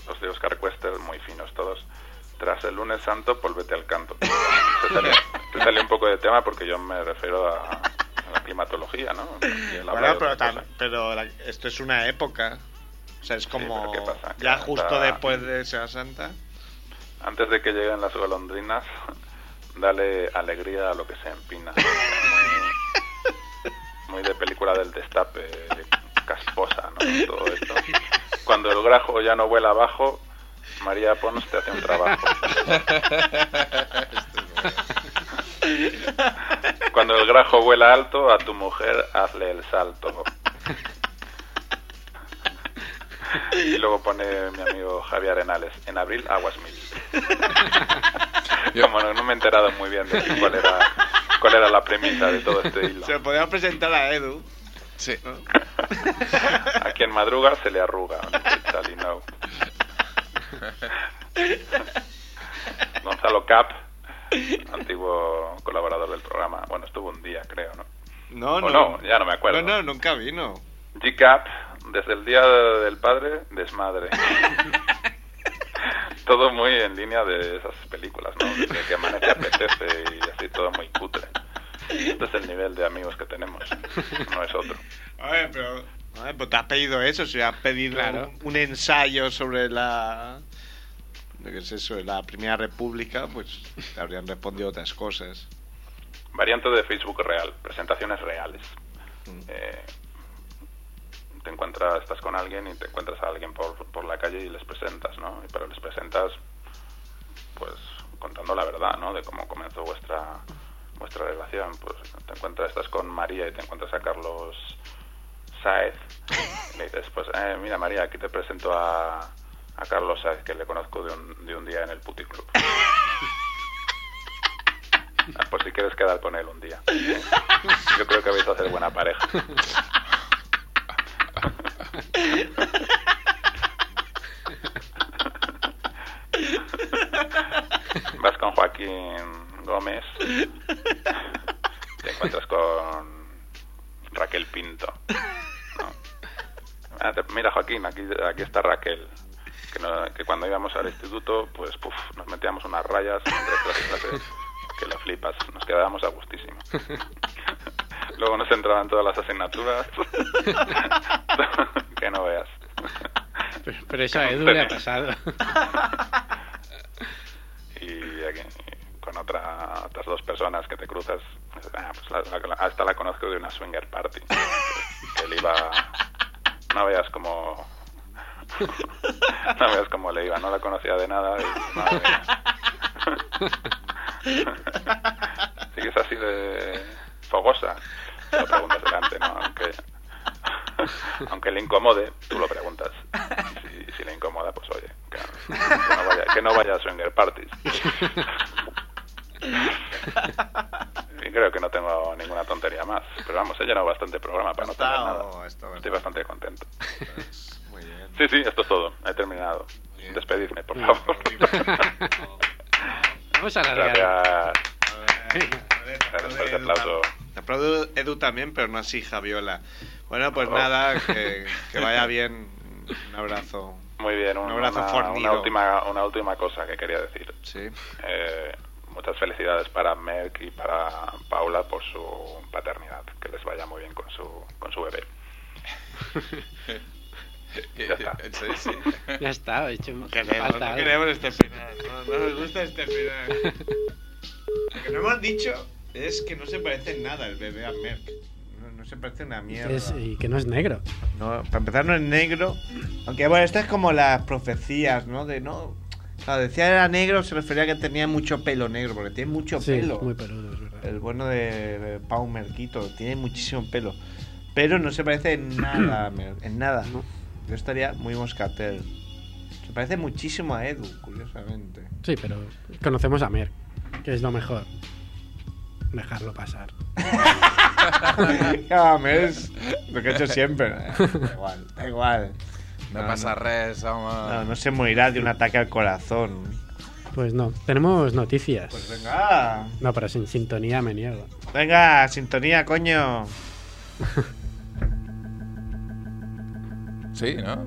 [SPEAKER 6] los de Oscar Cuester muy finos todos. Tras el lunes santo, polvete al canto. Se sale, se sale un poco de tema porque yo me refiero a, a la climatología, ¿no? Y pues, él habla
[SPEAKER 1] Bueno,
[SPEAKER 6] de
[SPEAKER 1] pero,
[SPEAKER 6] otra
[SPEAKER 1] tam-
[SPEAKER 6] cosa.
[SPEAKER 1] pero la- esto es una época. O sea, es como
[SPEAKER 6] pero ¿qué pasa?
[SPEAKER 1] ya
[SPEAKER 6] Que
[SPEAKER 1] justo
[SPEAKER 6] hasta-
[SPEAKER 1] después de Semana Santa.
[SPEAKER 6] Antes de que lleguen las golondrinas, Dale alegría a lo que se empina. Muy, muy de película del destape, casposa, ¿no? Todo esto. Cuando el grajo ya no vuela abajo, María Pons te hace un trabajo. Cuando el grajo vuela alto, a tu mujer hazle el salto. Y luego pone mi amigo Javier Arenales, en abril aguas mil. Como no, no me he enterado muy bien de cuál era, cuál era la premisa de todo este hilo.
[SPEAKER 7] Se lo podíamos presentar a Edu.
[SPEAKER 3] Sí.
[SPEAKER 6] A quien madruga se le arruga. Charlie No. Gonzalo Cap, antiguo colaborador del programa. Bueno, estuvo un día, creo, ¿no?
[SPEAKER 7] No,
[SPEAKER 6] O
[SPEAKER 7] no.
[SPEAKER 6] no, ya no me acuerdo.
[SPEAKER 7] No, no, nunca vino.
[SPEAKER 6] G-Cap, desde el Día del Padre, desmadre. todo muy en línea de esas películas, ¿no? Desde que amanece apetece y así todo muy cutre. Este es el nivel de amigos que tenemos, no es otro.
[SPEAKER 7] A ver, pero. A ver, pero te has pedido eso, si has pedido
[SPEAKER 2] Claro.
[SPEAKER 7] un, un ensayo sobre la. ¿Qué es eso? La Primera República, pues te habrían respondido otras cosas.
[SPEAKER 6] Variante de Facebook real, presentaciones reales. Eh, te encuentras, estás con alguien y te encuentras a alguien por, por la calle y les presentas, ¿no? Y- Pero les presentas, pues, contando la verdad, ¿no? De cómo comenzó vuestra vuestra relación. Pues te encuentras, estás con María y te encuentras a Carlos Saez. Y le dices, pues, eh, mira María, aquí te presento a, a Carlos Saez, que le conozco de un, de un día en el puticlub. Ah, Por si quieres quedar con él un día. Yo creo que vais a hacer buena pareja. Vas con Joaquín Gómez. Te encuentras con Raquel Pinto. ¿no? Ah, te- Mira Joaquín, aquí, aquí está Raquel. Que, no- que cuando íbamos al instituto, pues puf, nos metíamos unas rayas entre clase y clase, que lo flipas, nos quedábamos a gustísimo. Luego nos entraban todas las asignaturas, que no veas.
[SPEAKER 2] Pero, pero eso a Edu le ha pasado.
[SPEAKER 6] y aquí- con otra, otras dos personas que te cruzas, ah, pues la- la- la- hasta la conozco de una swinger party. Él iba, no veas como, no veas cómo le iba, no la conocía de nada. Y, madre mía. Sí que es así de fogosa, se lo preguntas delante, ¿no? Aunque, aunque le incomode, tú lo preguntas. Y si, si le incomoda, pues oye, que, que no vaya, que no vaya a swinger parties. Y creo que no tengo ninguna tontería más. Pero vamos, he llenado bastante programa para Pues no tener nada.
[SPEAKER 7] Está- oh, está-
[SPEAKER 6] Estoy bastante contento.
[SPEAKER 7] Muy bien.
[SPEAKER 6] Sí, sí, esto es todo. He terminado. Despedidme, por favor.
[SPEAKER 2] Vamos a alargar.
[SPEAKER 6] Gracias. Gracias por
[SPEAKER 7] Aplaudo
[SPEAKER 6] ese
[SPEAKER 7] Edu
[SPEAKER 6] pues, aplauso.
[SPEAKER 7] tam- aplaudo Edu también, pero no así Javiola. Bueno, pues
[SPEAKER 6] Oh.
[SPEAKER 7] nada, que, que vaya bien. Un abrazo.
[SPEAKER 6] Muy bien, un-
[SPEAKER 7] Un abrazo
[SPEAKER 6] una,
[SPEAKER 7] fornido.
[SPEAKER 6] una última, una última cosa que quería decir.
[SPEAKER 7] Sí.
[SPEAKER 6] Eh, muchas felicidades para Merck y para Paula por su paternidad. Que les vaya muy bien con su, con su bebé. Ya está.
[SPEAKER 3] Sí, sí.
[SPEAKER 2] Ya está, he hecho
[SPEAKER 7] Queremos,
[SPEAKER 2] falta
[SPEAKER 7] no
[SPEAKER 2] algo.
[SPEAKER 7] queremos este final. No, no nos gusta este final. Lo que no hemos dicho es que no se parece en nada el bebé a Merck. No, no se parece una mierda.
[SPEAKER 2] Es- y que no es negro.
[SPEAKER 1] No, para empezar no es negro. Aunque bueno, estas es como las profecías, ¿no? De no. Cuando decía era negro se refería a que tenía mucho pelo negro, porque tiene mucho
[SPEAKER 2] Sí,
[SPEAKER 1] pelo.
[SPEAKER 2] es muy peludo, es verdad.
[SPEAKER 1] El bueno de, de Pau Merquito, tiene muchísimo pelo. Pero no se parece en nada, a Mer- en nada.
[SPEAKER 2] No.
[SPEAKER 1] Yo estaría muy moscatel. Se parece muchísimo a Edu, curiosamente.
[SPEAKER 2] Sí, pero conocemos a Mer, que es lo mejor. Dejarlo pasar.
[SPEAKER 1] Ya, Mer es lo que he hecho siempre. Da igual, da igual.
[SPEAKER 3] No, pasa res, vamos.
[SPEAKER 1] No, no se morirá de un ataque al corazón.
[SPEAKER 2] Pues no, tenemos noticias.
[SPEAKER 1] Pues venga.
[SPEAKER 2] No, pero sin sintonía me niego.
[SPEAKER 1] Venga, sintonía, coño.
[SPEAKER 3] Sí, ¿no?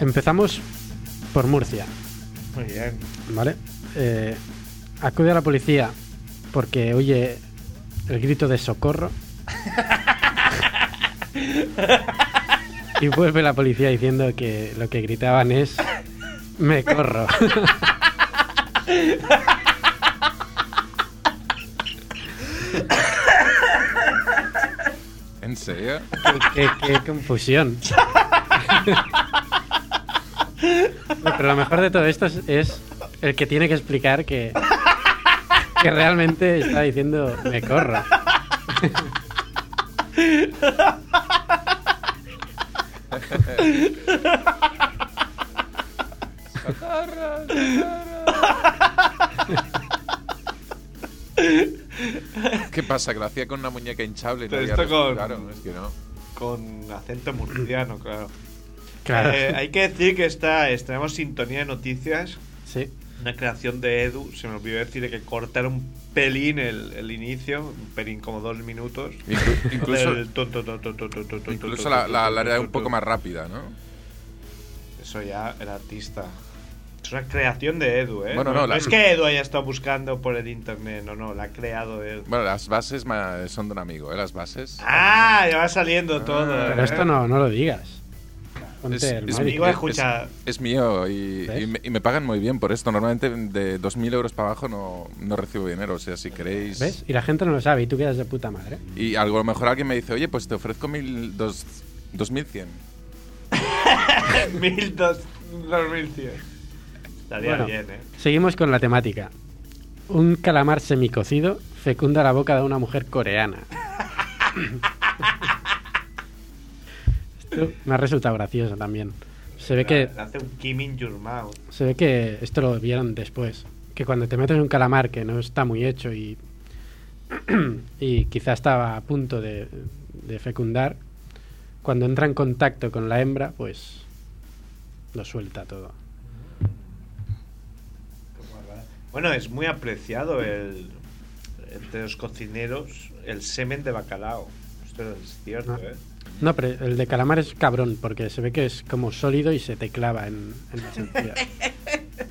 [SPEAKER 2] Empezamos por Murcia,
[SPEAKER 1] Muy bien.
[SPEAKER 2] ¿vale? Eh, acude a la policía porque oye el grito de socorro. y vuelve la policía diciendo que lo que gritaban es me corro.
[SPEAKER 3] ¿En serio?
[SPEAKER 2] qué, qué confusión. No, pero lo mejor de todo esto es, es el que tiene que explicar que, que realmente está diciendo me corro.
[SPEAKER 3] ¿Qué pasa? Que lo hacía con una muñeca hinchable. y
[SPEAKER 1] Pero
[SPEAKER 3] había
[SPEAKER 1] esto
[SPEAKER 3] resto-
[SPEAKER 1] con-
[SPEAKER 3] Claro, es que no.
[SPEAKER 1] Con acento murciano, claro.
[SPEAKER 2] Claro.
[SPEAKER 7] Eh, hay que decir que esta, tenemos sintonía de noticias.
[SPEAKER 2] Sí.
[SPEAKER 7] Una creación de Edu, se me olvidó decir que cortar un pelín el, el inicio, un pelín como dos minutos.
[SPEAKER 3] Inclu- incluso
[SPEAKER 7] Del ton, ton, ton, ton, ton, ton, ton, ton,
[SPEAKER 3] incluso
[SPEAKER 7] ton,
[SPEAKER 3] la,
[SPEAKER 7] ton,
[SPEAKER 3] la,
[SPEAKER 7] ton,
[SPEAKER 3] la haré
[SPEAKER 7] ton,
[SPEAKER 3] un poco
[SPEAKER 7] ton.
[SPEAKER 3] más rápida, ¿no?
[SPEAKER 7] Eso ya era artista. Es una creación de Edu, ¿eh?
[SPEAKER 3] Bueno, no, la-
[SPEAKER 7] es que Edu haya estado buscando por el internet, no, no, la ha creado Edu.
[SPEAKER 3] Bueno, las bases ma- son de un amigo, ¿eh? Las bases.
[SPEAKER 7] ¡Ah! Ya va saliendo todo.
[SPEAKER 2] Pero
[SPEAKER 7] ¿eh?
[SPEAKER 2] esto no, no lo digas. Ponte
[SPEAKER 3] Es-
[SPEAKER 2] el
[SPEAKER 3] es
[SPEAKER 2] móvil.
[SPEAKER 7] Digo, escucha.
[SPEAKER 3] Es mío y,
[SPEAKER 2] ¿Ves?
[SPEAKER 3] y me, y me pagan muy bien por esto. Normalmente de 2.000 euros para abajo no, no recibo dinero. O sea, si queréis...
[SPEAKER 2] ¿Ves? Y la gente no lo sabe y tú quedas de puta madre.
[SPEAKER 3] Y a lo mejor alguien me dice, oye, pues te ofrezco mil, dos, 2.100.
[SPEAKER 7] 1000, dos- 2100. Estaría
[SPEAKER 2] Bueno.
[SPEAKER 7] bien, ¿eh?
[SPEAKER 2] Seguimos con la temática. Un calamar semicocido fecunda la boca de una mujer coreana. Esto me ha resultado gracioso también. Se ve que
[SPEAKER 7] Le Hace un Kim in your mouth.
[SPEAKER 2] se ve que esto lo vieron después, que cuando te metes en un calamar que no está muy hecho y y quizá estaba a punto de, de fecundar, cuando entra en contacto con la hembra, pues lo suelta todo.
[SPEAKER 7] Bueno, es muy apreciado el entre los cocineros el semen de bacalao. Esto es cierto,
[SPEAKER 2] Ah.
[SPEAKER 7] ¿eh?
[SPEAKER 2] No, pero el de calamar es cabrón, porque se ve que es como sólido y se te clava en, en las encías.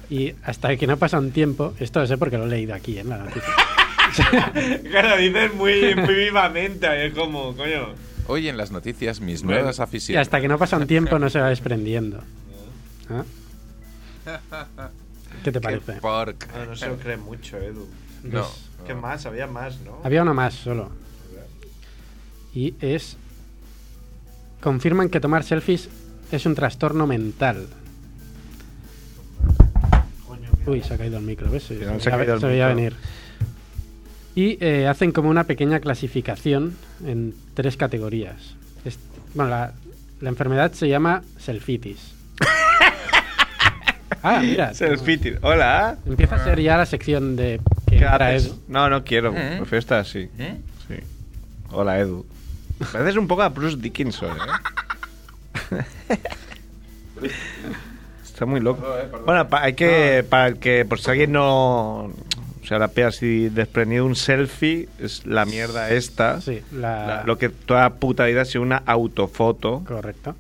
[SPEAKER 2] Y hasta que no pasa un tiempo, esto lo sé porque lo he leído aquí en la noticia.
[SPEAKER 7] Claro, dices muy, muy vivamente, ahí es como, coño.
[SPEAKER 3] Hoy en las noticias, mis
[SPEAKER 7] Bueno.
[SPEAKER 3] nuevas
[SPEAKER 2] Y
[SPEAKER 3] aficiones.
[SPEAKER 2] hasta que no pasa un tiempo no se va desprendiendo. ¿Ah? ¿Qué te parece?
[SPEAKER 3] Qué porc.
[SPEAKER 7] Ah, No, no se lo cree mucho, Edu.
[SPEAKER 3] No.
[SPEAKER 2] Pues,
[SPEAKER 7] ¿Qué más? Había más, ¿no?
[SPEAKER 2] Había uno más solo. Y es... Confirman que tomar selfies es un trastorno mental.
[SPEAKER 7] Coño,
[SPEAKER 2] Uy, se ha caído el micro, ¿ves? Se,
[SPEAKER 1] Pero no
[SPEAKER 2] se
[SPEAKER 1] se ha
[SPEAKER 2] veía-
[SPEAKER 1] caído el
[SPEAKER 2] se veía
[SPEAKER 1] micro.
[SPEAKER 2] venir. Y eh, hacen como una pequeña clasificación en tres categorías. Es- bueno, la, la enfermedad se llama selfitis. ah, mira.
[SPEAKER 7] Selfitis. Hola.
[SPEAKER 2] Empieza a ser ya la sección de que
[SPEAKER 7] ¿Qué
[SPEAKER 2] entra
[SPEAKER 7] haces?
[SPEAKER 2] Edu.
[SPEAKER 1] No, no quiero.
[SPEAKER 3] ¿Eh?
[SPEAKER 1] Prefiero estar así.
[SPEAKER 3] ¿Eh?
[SPEAKER 1] Sí. Hola, Edu. Pareces un poco a Bruce Dickinson, ¿eh? Está muy loco.
[SPEAKER 3] Perdón, eh, perdón. eh.
[SPEAKER 1] Bueno, pa- hay que. Para que. Por si alguien no. O sea, la pea así desprendido un selfie. Es la mierda esta.
[SPEAKER 2] Sí, la-
[SPEAKER 1] La- lo que toda puta vida ha sido una autofoto.
[SPEAKER 2] Correcto.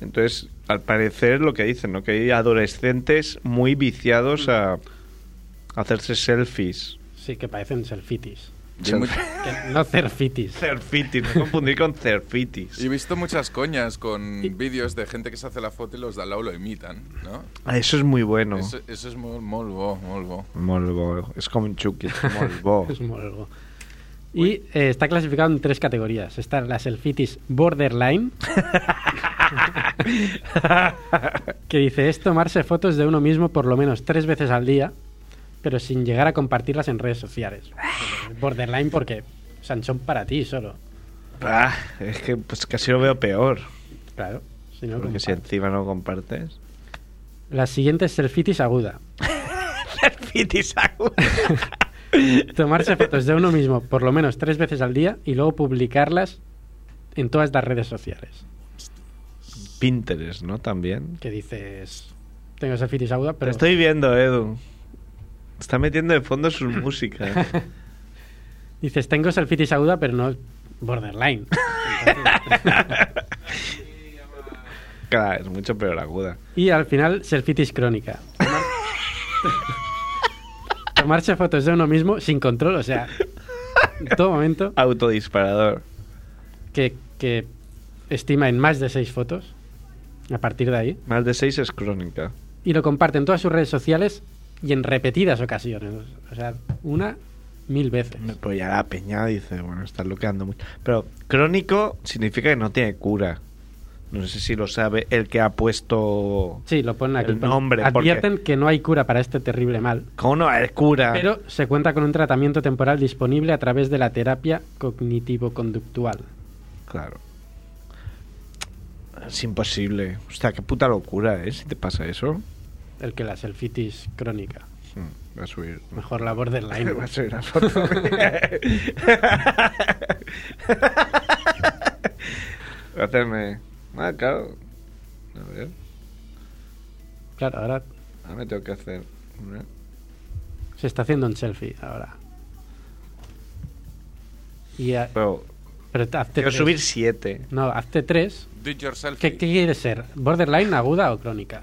[SPEAKER 1] Entonces, al parecer, lo que dicen, ¿no? Que hay adolescentes muy viciados a.
[SPEAKER 3] Mm.
[SPEAKER 1] a hacerse selfies.
[SPEAKER 2] Sí, que parecen selfitis.
[SPEAKER 3] Y hay mu-
[SPEAKER 2] Que no cerfitis.
[SPEAKER 1] Cerfitis, no confundir con cerfitis.
[SPEAKER 3] y he visto muchas coñas con
[SPEAKER 2] Y-
[SPEAKER 3] vídeos de gente que se hace la foto y los de al lado lo imitan, ¿no?
[SPEAKER 1] Ah, Eso es muy bueno.
[SPEAKER 3] Eso, eso es muy, muy bo, muy bo.
[SPEAKER 1] Molt bo. És com un xuqui, molt bo.
[SPEAKER 2] Es muy largo. Y eh, está clasificado en tres categorías. Está la selfitis borderline, que dice es tomarse fotos de uno mismo por lo menos tres veces al día, pero sin llegar a compartirlas en redes sociales. Borderline porque Sanchón para ti solo.
[SPEAKER 1] Ah, es que pues, casi lo veo peor.
[SPEAKER 2] Claro. si no
[SPEAKER 1] Porque si
[SPEAKER 2] compartes.
[SPEAKER 1] encima no compartes...
[SPEAKER 2] La siguiente es selfitis aguda.
[SPEAKER 1] Cerfitis
[SPEAKER 2] Tomarse fotos de uno mismo por lo menos tres veces al día y luego publicarlas en todas las redes sociales.
[SPEAKER 1] Pinterest, ¿no? También.
[SPEAKER 2] que dices tengo selfitis aguda, pero
[SPEAKER 1] Estoy viendo, Edu. Está metiendo de fondo su música.
[SPEAKER 2] dices tengo selfitis aguda, pero no borderline.
[SPEAKER 1] Claro, es mucho peor aguda.
[SPEAKER 2] Y al final, selfitis crónica. Tomar- Tomarse fotos de uno mismo sin control, o sea, en todo momento
[SPEAKER 1] Autodisparador.
[SPEAKER 2] que, que estima en más de seis fotos a partir de ahí
[SPEAKER 1] Más de seis es crónica.
[SPEAKER 2] y lo comparte en todas sus redes sociales y en repetidas ocasiones. O sea, una, mil veces.
[SPEAKER 1] Pues ya la peña dice, bueno, está loqueando mucho. Pero crónico significa que no tiene cura. No sé si lo sabe el que ha puesto...
[SPEAKER 2] Sí, lo ponen aquí.
[SPEAKER 1] El nombre, porque-
[SPEAKER 2] Advierten que no hay cura para este terrible mal.
[SPEAKER 1] ¿Cómo no es cura?
[SPEAKER 2] Pero se cuenta con un tratamiento temporal disponible a través de la terapia cognitivo-conductual.
[SPEAKER 1] Claro. Es imposible. Hostia, qué puta locura, ¿eh? Si te pasa eso.
[SPEAKER 2] El que la selfitis crónica.
[SPEAKER 1] Sí, Va a subir.
[SPEAKER 2] Mejor la borderline.
[SPEAKER 1] Va a subir la foto. Va a hacerme... Ah, claro. A ver.
[SPEAKER 2] claro, ahora
[SPEAKER 1] Ahora me tengo que hacer una...
[SPEAKER 2] se está haciendo un selfie ahora. Y a-
[SPEAKER 1] Pero
[SPEAKER 2] pero hazte
[SPEAKER 1] quiero
[SPEAKER 2] tres.
[SPEAKER 1] subir siete.
[SPEAKER 2] No, hazte tres.
[SPEAKER 3] Do it yourself.
[SPEAKER 2] ¿Qué, qué quiere ser? ¿Borderline, aguda o crónica?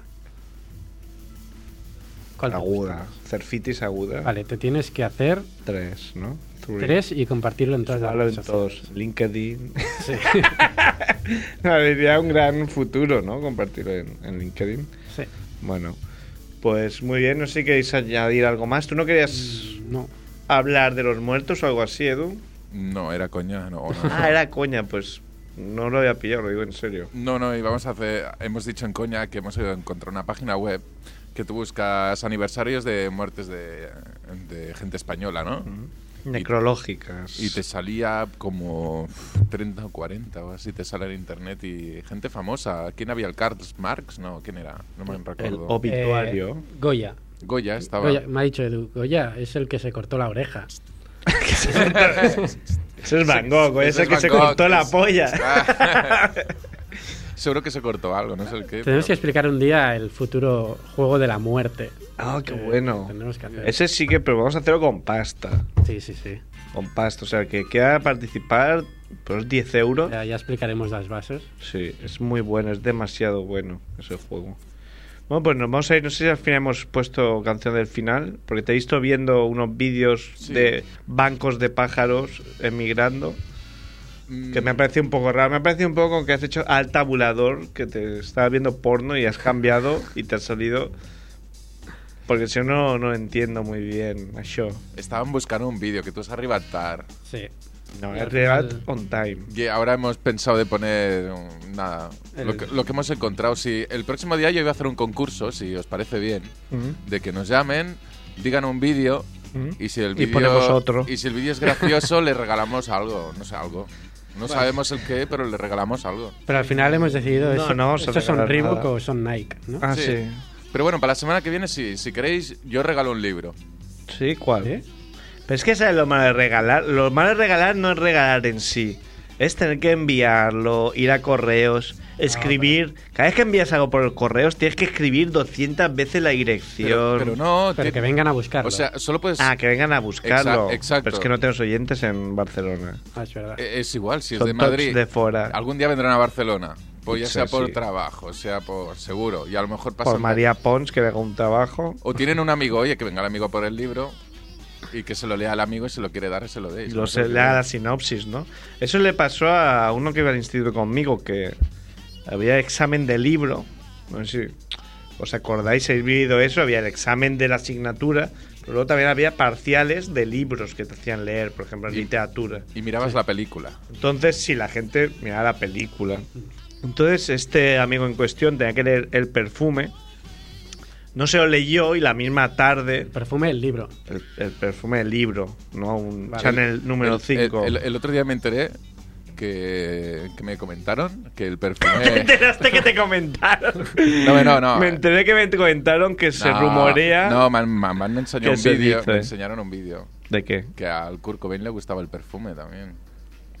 [SPEAKER 2] ¿Cuál te
[SPEAKER 1] Aguda. Cerfitis aguda.
[SPEAKER 2] gusta? Vale, te tienes que hacer
[SPEAKER 1] Tres, ¿no? Three.
[SPEAKER 2] tres y compartirlo en todas las
[SPEAKER 1] Hablo
[SPEAKER 2] redes
[SPEAKER 1] en
[SPEAKER 2] sociales.
[SPEAKER 1] todos. LinkedIn.
[SPEAKER 2] Sí.
[SPEAKER 1] Sería un gran futuro, ¿no? Compartirlo en, en LinkedIn.
[SPEAKER 2] Sí.
[SPEAKER 1] Bueno, pues muy bien. No sé si queréis añadir algo más. ¿Tú no querías
[SPEAKER 2] Mm, No.
[SPEAKER 3] Mm.
[SPEAKER 1] hablar de los muertos o algo así, Edu?
[SPEAKER 3] No, era coña, no. no.
[SPEAKER 1] Ah, era coña, pues no lo había pillado, lo digo en serio.
[SPEAKER 3] No, no, y vamos a hacer. Hemos dicho en coña que hemos ido a encontrar una página web que tú buscas aniversarios de muertes de, de gente española, ¿no?
[SPEAKER 1] Necrológicas.
[SPEAKER 3] Y te salía como uf, 30 o 40 o así, te sale en internet y gente famosa. ¿Quién había? ¿El Karl Marx? No, ¿quién era? No me
[SPEAKER 1] El
[SPEAKER 3] recuerdo.
[SPEAKER 1] obituario.
[SPEAKER 2] Eh, Goya.
[SPEAKER 3] Goya estaba.
[SPEAKER 2] Goya. Me ha dicho Edu, Goya es el que se cortó la oreja.
[SPEAKER 1] Ese es Van Gogh,
[SPEAKER 3] Ese
[SPEAKER 1] ese,
[SPEAKER 3] es
[SPEAKER 1] que
[SPEAKER 3] Van
[SPEAKER 1] se
[SPEAKER 3] Gogh,
[SPEAKER 1] cortó la
[SPEAKER 3] es- Ah.
[SPEAKER 1] polla.
[SPEAKER 3] Seguro que se cortó algo, no sé el qué.
[SPEAKER 2] Tenemos que
[SPEAKER 3] pero-
[SPEAKER 2] explicar un día el futuro juego de la muerte.
[SPEAKER 1] Ah, qué
[SPEAKER 2] Eh,
[SPEAKER 1] bueno.
[SPEAKER 2] Tendremos que hacer.
[SPEAKER 1] Ese sí que, pero vamos a hacerlo con pasta.
[SPEAKER 2] Sí, sí, sí.
[SPEAKER 1] Con pasta, o sea, que queda participar por 10 euros.
[SPEAKER 2] Ya, ya explicaremos las bases.
[SPEAKER 1] Sí, es muy bueno, es demasiado bueno ese juego. Bueno, pues nos vamos a ir, no sé si al final hemos puesto canción del final, porque te he visto viendo unos vídeos
[SPEAKER 3] Sí.
[SPEAKER 1] de bancos de pájaros emigrando,
[SPEAKER 3] Mm,
[SPEAKER 1] que me ha parecido un poco raro, me ha parecido un poco que has hecho al tabulador, que te estaba viendo porno y has cambiado y te ha salido... Porque si no, no entiendo muy bien això.
[SPEAKER 3] Estaban buscando un vídeo que tú has arribatar.
[SPEAKER 2] Sí.
[SPEAKER 1] No,
[SPEAKER 2] Y
[SPEAKER 1] he
[SPEAKER 2] al final-
[SPEAKER 1] arribat on time.
[SPEAKER 3] Y ahora hemos pensado de poner mm, nada. Lo
[SPEAKER 2] El-
[SPEAKER 3] que, lo que hemos encontrado. Si el próximo día yo voy a hacer un concurso, si os parece bien,
[SPEAKER 1] Mm,
[SPEAKER 3] de que nos llamen, digan un vídeo
[SPEAKER 1] mm.
[SPEAKER 3] y si el
[SPEAKER 1] Y
[SPEAKER 3] vídeo
[SPEAKER 1] ponemos otro.
[SPEAKER 3] y si el vídeo es gracioso le regalamos algo, no sé algo. No sabemos el qué, pero le regalamos algo.
[SPEAKER 2] Pero al final hemos decidido.
[SPEAKER 1] No,
[SPEAKER 2] eso-
[SPEAKER 1] no vamos a
[SPEAKER 2] estos son
[SPEAKER 1] regalar
[SPEAKER 2] Reebok
[SPEAKER 1] nada.
[SPEAKER 2] o son Nike, ¿no?
[SPEAKER 1] Ah,
[SPEAKER 3] Sí.
[SPEAKER 1] sí.
[SPEAKER 3] Pero bueno, para la semana que viene sí, si queréis yo regalo un libro.
[SPEAKER 1] Sí, ¿cuál?
[SPEAKER 2] ¿Sí?
[SPEAKER 1] ¿Eh? Pero es que sabes lo malo de regalar. Lo malo de regalar no es regalar en sí. Es tener que enviarlo, ir a correos,
[SPEAKER 3] Ah,
[SPEAKER 1] escribir. Cada vez que envías algo por correos tienes que escribir 200 veces la dirección.
[SPEAKER 3] Pero, pero no,
[SPEAKER 2] Pero
[SPEAKER 3] te-
[SPEAKER 2] que vengan a buscarlo.
[SPEAKER 3] o sea, solo puedes
[SPEAKER 1] Ah, que vengan a buscarlo.
[SPEAKER 3] Exa- exacto.
[SPEAKER 1] Pero es que no tenemos oyentes en Barcelona.
[SPEAKER 2] Ah, es verdad.
[SPEAKER 3] Eh, Es igual, si es
[SPEAKER 1] Son
[SPEAKER 3] de Madrid.
[SPEAKER 1] tots de fora.
[SPEAKER 3] Algún día vendrán a Barcelona. Pues ya
[SPEAKER 1] Sí,
[SPEAKER 3] sea por
[SPEAKER 1] sí.
[SPEAKER 3] trabajo, sea por seguro. Y a lo mejor pasan.
[SPEAKER 1] Por María Pons, que le haga un trabajo.
[SPEAKER 3] O tienen un amigo, oye, que venga el amigo por el libro y que se lo lea al amigo y se lo quiere dar, se lo deis.
[SPEAKER 1] Lo
[SPEAKER 3] No
[SPEAKER 1] se
[SPEAKER 3] sé
[SPEAKER 1] le haga la sinopsis, ¿no? Eso le pasó a uno que iba al instituto conmigo, que había examen de libro. No sé si os acordáis, he vivido eso, había el examen de la asignatura, pero luego también había parciales de libros que te hacían leer, por ejemplo, en
[SPEAKER 3] Y-
[SPEAKER 1] literatura.
[SPEAKER 3] Y mirabas la película.
[SPEAKER 1] Entonces, si la gente miraba la película. Entonces, este amigo en cuestión tenía que leer el perfume. No se lo leyó y la misma tarde.
[SPEAKER 2] El perfume del libro.
[SPEAKER 1] El, el perfume del libro, no un
[SPEAKER 2] Vale.
[SPEAKER 1] Chanel número
[SPEAKER 3] El- el-
[SPEAKER 1] 5.
[SPEAKER 3] El, el otro día me enteré que, que me comentaron que el perfume.
[SPEAKER 1] enteraste que te comentaron?
[SPEAKER 3] No, no, no.
[SPEAKER 1] Me enteré que me comentaron que se
[SPEAKER 3] No,
[SPEAKER 1] rumorea.
[SPEAKER 3] No, me han- me han- me han enseñado
[SPEAKER 1] ¿Qué
[SPEAKER 3] un
[SPEAKER 1] se
[SPEAKER 3] vídeo.
[SPEAKER 1] dice?
[SPEAKER 3] Me enseñaron un vídeo.
[SPEAKER 1] ¿De qué?
[SPEAKER 3] Que al Kurt Cobain le gustaba el perfume también.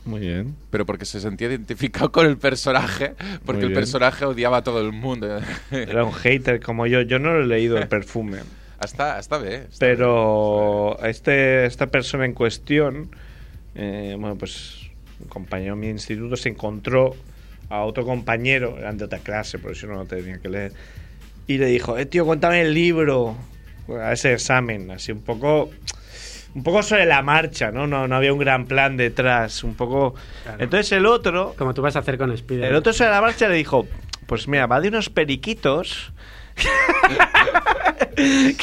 [SPEAKER 1] Muy bien.
[SPEAKER 3] pero porque se sentía identificado con el personaje, porque el
[SPEAKER 1] bien.
[SPEAKER 3] personaje odiaba a todo el mundo.
[SPEAKER 1] Era un hater como yo. Yo no lo he leído el perfume.
[SPEAKER 3] hasta, hasta ¿eh? ve. hasta
[SPEAKER 1] Pero este, esta persona en cuestión, eh, bueno, pues un compañero de mi instituto se encontró a otro compañero, eran de otra clase, por eso no lo tenía que leer, y le dijo, eh, tío, cuéntame el libro, a ese examen, así un poco... Un poco sobre la marcha, ¿no? No, no había un gran plan detrás. Un poco. Entonces el otro,
[SPEAKER 2] Como tú vas a hacer con Spider.
[SPEAKER 1] el otro sobre la marcha le dijo, pues mira, va de unos periquitos. Que-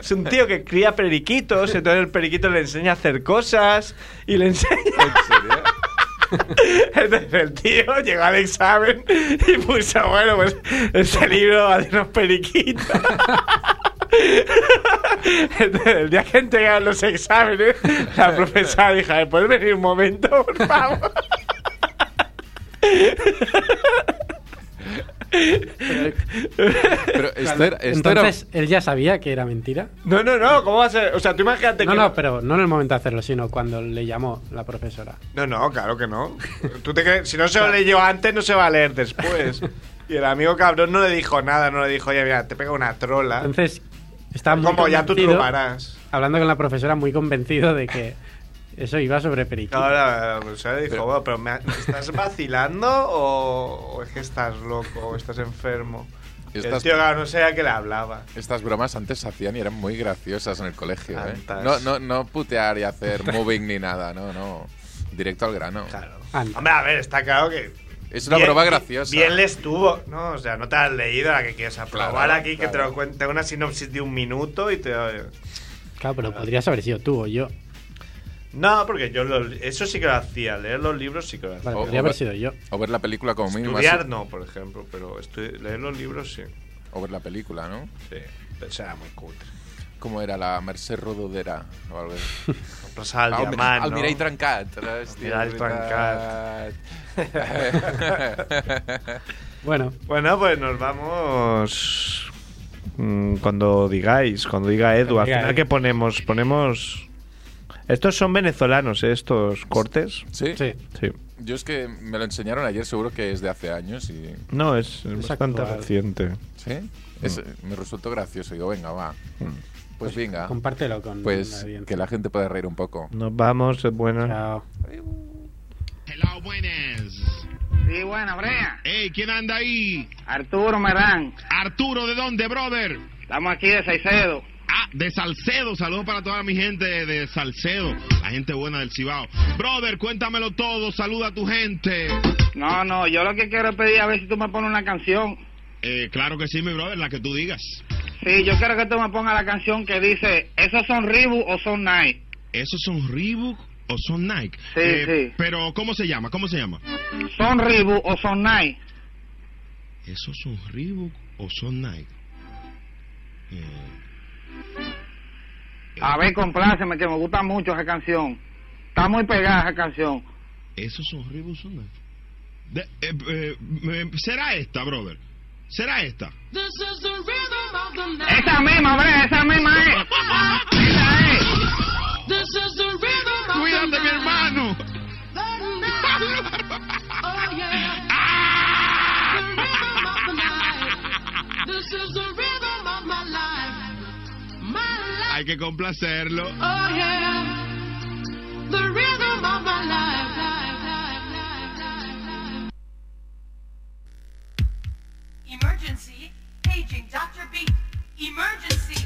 [SPEAKER 1] es un tío que cría periquitos, entonces el periquito le enseña a hacer cosas y le enseña...
[SPEAKER 3] ¿En serio?
[SPEAKER 1] Entonces el tío llegó al examen y puso, bueno, pues este libro va de unos periquitos. Entonces, el día que entregaron los exámenes, la profesora dijo, "A ver, ¿puedes venir un momento, por favor?
[SPEAKER 3] Pero esto era. esto era-
[SPEAKER 2] Entonces, él ya sabía que era mentira.
[SPEAKER 1] No, no, no, ¿cómo va a ser? O sea, tú imagínate
[SPEAKER 2] No,
[SPEAKER 1] que...
[SPEAKER 2] no, pero no en el momento de hacerlo, sino cuando le llamó la profesora.
[SPEAKER 1] No, no, claro que no. Tú te crees- si no se lo leyó antes, no se va a leer después. Y el amigo cabrón no le dijo nada, no le dijo, oye, mira, te pega una trola.
[SPEAKER 2] Entonces, estaba muy
[SPEAKER 1] Ah. Como ya tú
[SPEAKER 2] convencido,
[SPEAKER 1] trumarás.
[SPEAKER 2] hablando con la profesora, muy convencido de que eso iba sobre periquito.
[SPEAKER 1] No, la, la profesora dijo, pero, bueno, pero me, ha- ¿me ¿estás vacilando o, o es que estás loco o estás enfermo? Y El
[SPEAKER 3] Estás-
[SPEAKER 1] tío, claro, no sé a qué le hablaba.
[SPEAKER 3] Estas bromas antes se hacían y eran muy graciosas en el colegio. ¿eh?
[SPEAKER 1] Tantas.
[SPEAKER 3] No, no, no putear y hacer moving ni nada, no, no. Directo al grano.
[SPEAKER 1] Claro.
[SPEAKER 2] Anda.
[SPEAKER 1] Hombre, a ver, está claro que...
[SPEAKER 3] Es una broma graciosa.
[SPEAKER 1] Bien le estuvo, ¿no? O sea, no te has leído la que quieres aprobar
[SPEAKER 3] Claro,
[SPEAKER 1] aquí, que te
[SPEAKER 3] claro.
[SPEAKER 1] lo cuente una sinopsis de un minuto y te...
[SPEAKER 2] Claro, pero podrías haber sido tú o yo.
[SPEAKER 1] No, porque yo lo- eso sí que lo hacía, leer los libros sí que lo hacía.
[SPEAKER 2] Vale,
[SPEAKER 3] O-
[SPEAKER 2] podría
[SPEAKER 3] o-
[SPEAKER 2] haber sido yo.
[SPEAKER 3] O ver la película como mínimo. así-
[SPEAKER 1] Estudiar no, por ejemplo, pero estu- leer los libros sí.
[SPEAKER 3] O ver la película, ¿no?
[SPEAKER 1] Sí, pero eso era muy cutre.
[SPEAKER 3] ¿Cómo era la Merced Rododera? O algo así.
[SPEAKER 1] Pasaba el
[SPEAKER 3] Ah, Almi-
[SPEAKER 1] diamant, ¿no?
[SPEAKER 3] Almirall Trencat. Hòstia,
[SPEAKER 1] Almirall
[SPEAKER 3] és veritat.
[SPEAKER 2] Bueno,
[SPEAKER 1] Bueno, pues nos vamos mm, cuando digáis, cuando diga Edu.
[SPEAKER 2] Cuando
[SPEAKER 1] Al
[SPEAKER 2] diga
[SPEAKER 1] final,
[SPEAKER 2] Edu.
[SPEAKER 1] ¿qué ponemos? Ponemos... Estos son venezolanos, ¿eh? estos cortes.
[SPEAKER 3] ¿Sí?
[SPEAKER 2] sí.
[SPEAKER 1] Sí.
[SPEAKER 3] Yo es que me lo enseñaron ayer, seguro que es de hace años y...
[SPEAKER 1] No, es, bastante
[SPEAKER 2] actual.
[SPEAKER 1] reciente.
[SPEAKER 3] ¿Sí? Es-
[SPEAKER 1] Mm.
[SPEAKER 3] me resultó gracioso. Digo, venga, va. Pues
[SPEAKER 1] Ah.
[SPEAKER 3] venga.
[SPEAKER 2] Compártelo con la
[SPEAKER 3] Pues
[SPEAKER 2] audiencia.
[SPEAKER 3] que la gente pueda reír un poco.
[SPEAKER 1] Nos vamos, eh, buenas.
[SPEAKER 2] Chao.
[SPEAKER 8] Hello, buenas.
[SPEAKER 9] Sí, bueno, Brea.
[SPEAKER 8] Hey, ¿quién anda ahí?
[SPEAKER 9] Arturo Marán.
[SPEAKER 8] Arturo, ¿de dónde, brother?
[SPEAKER 9] Estamos aquí de Saicedo.
[SPEAKER 8] Ah, de Salcedo. Saludos para toda mi gente de Salcedo. La gente buena del Cibao. Brother, cuéntamelo todo. Saluda a tu gente.
[SPEAKER 9] No, no, yo lo que quiero es pedir a ver si tú me pones una canción.
[SPEAKER 8] Eh, claro que sí, mi brother, la que tú digas.
[SPEAKER 9] Sí, yo quiero que tú me pongas la canción que dice, ¿esos son Ribu o son Nike?
[SPEAKER 8] ¿Esos son Reebok o son Nike? Eh,
[SPEAKER 9] Sí, sí.
[SPEAKER 8] Pero, ¿cómo se llama? ¿Cómo se llama?
[SPEAKER 9] ¿Son Ribu o son Nike?
[SPEAKER 8] ¿Esos son Reebok o son Nike? Eh,
[SPEAKER 9] A ver, compláceme, que me gusta mucho esa canción. Está muy pegada esa canción.
[SPEAKER 8] ¿Esos son Reebok o son Nike? De- eh, eh, eh, ¿Será esta, brother? ¿Será esta?
[SPEAKER 9] Esa misma, Brea, esa misma es. Esa es.
[SPEAKER 8] ¡Cuídate, mi hermano! Hay que complacerlo.
[SPEAKER 10] Emergency. Paging Dr. B. Emergency.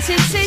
[SPEAKER 10] emergency.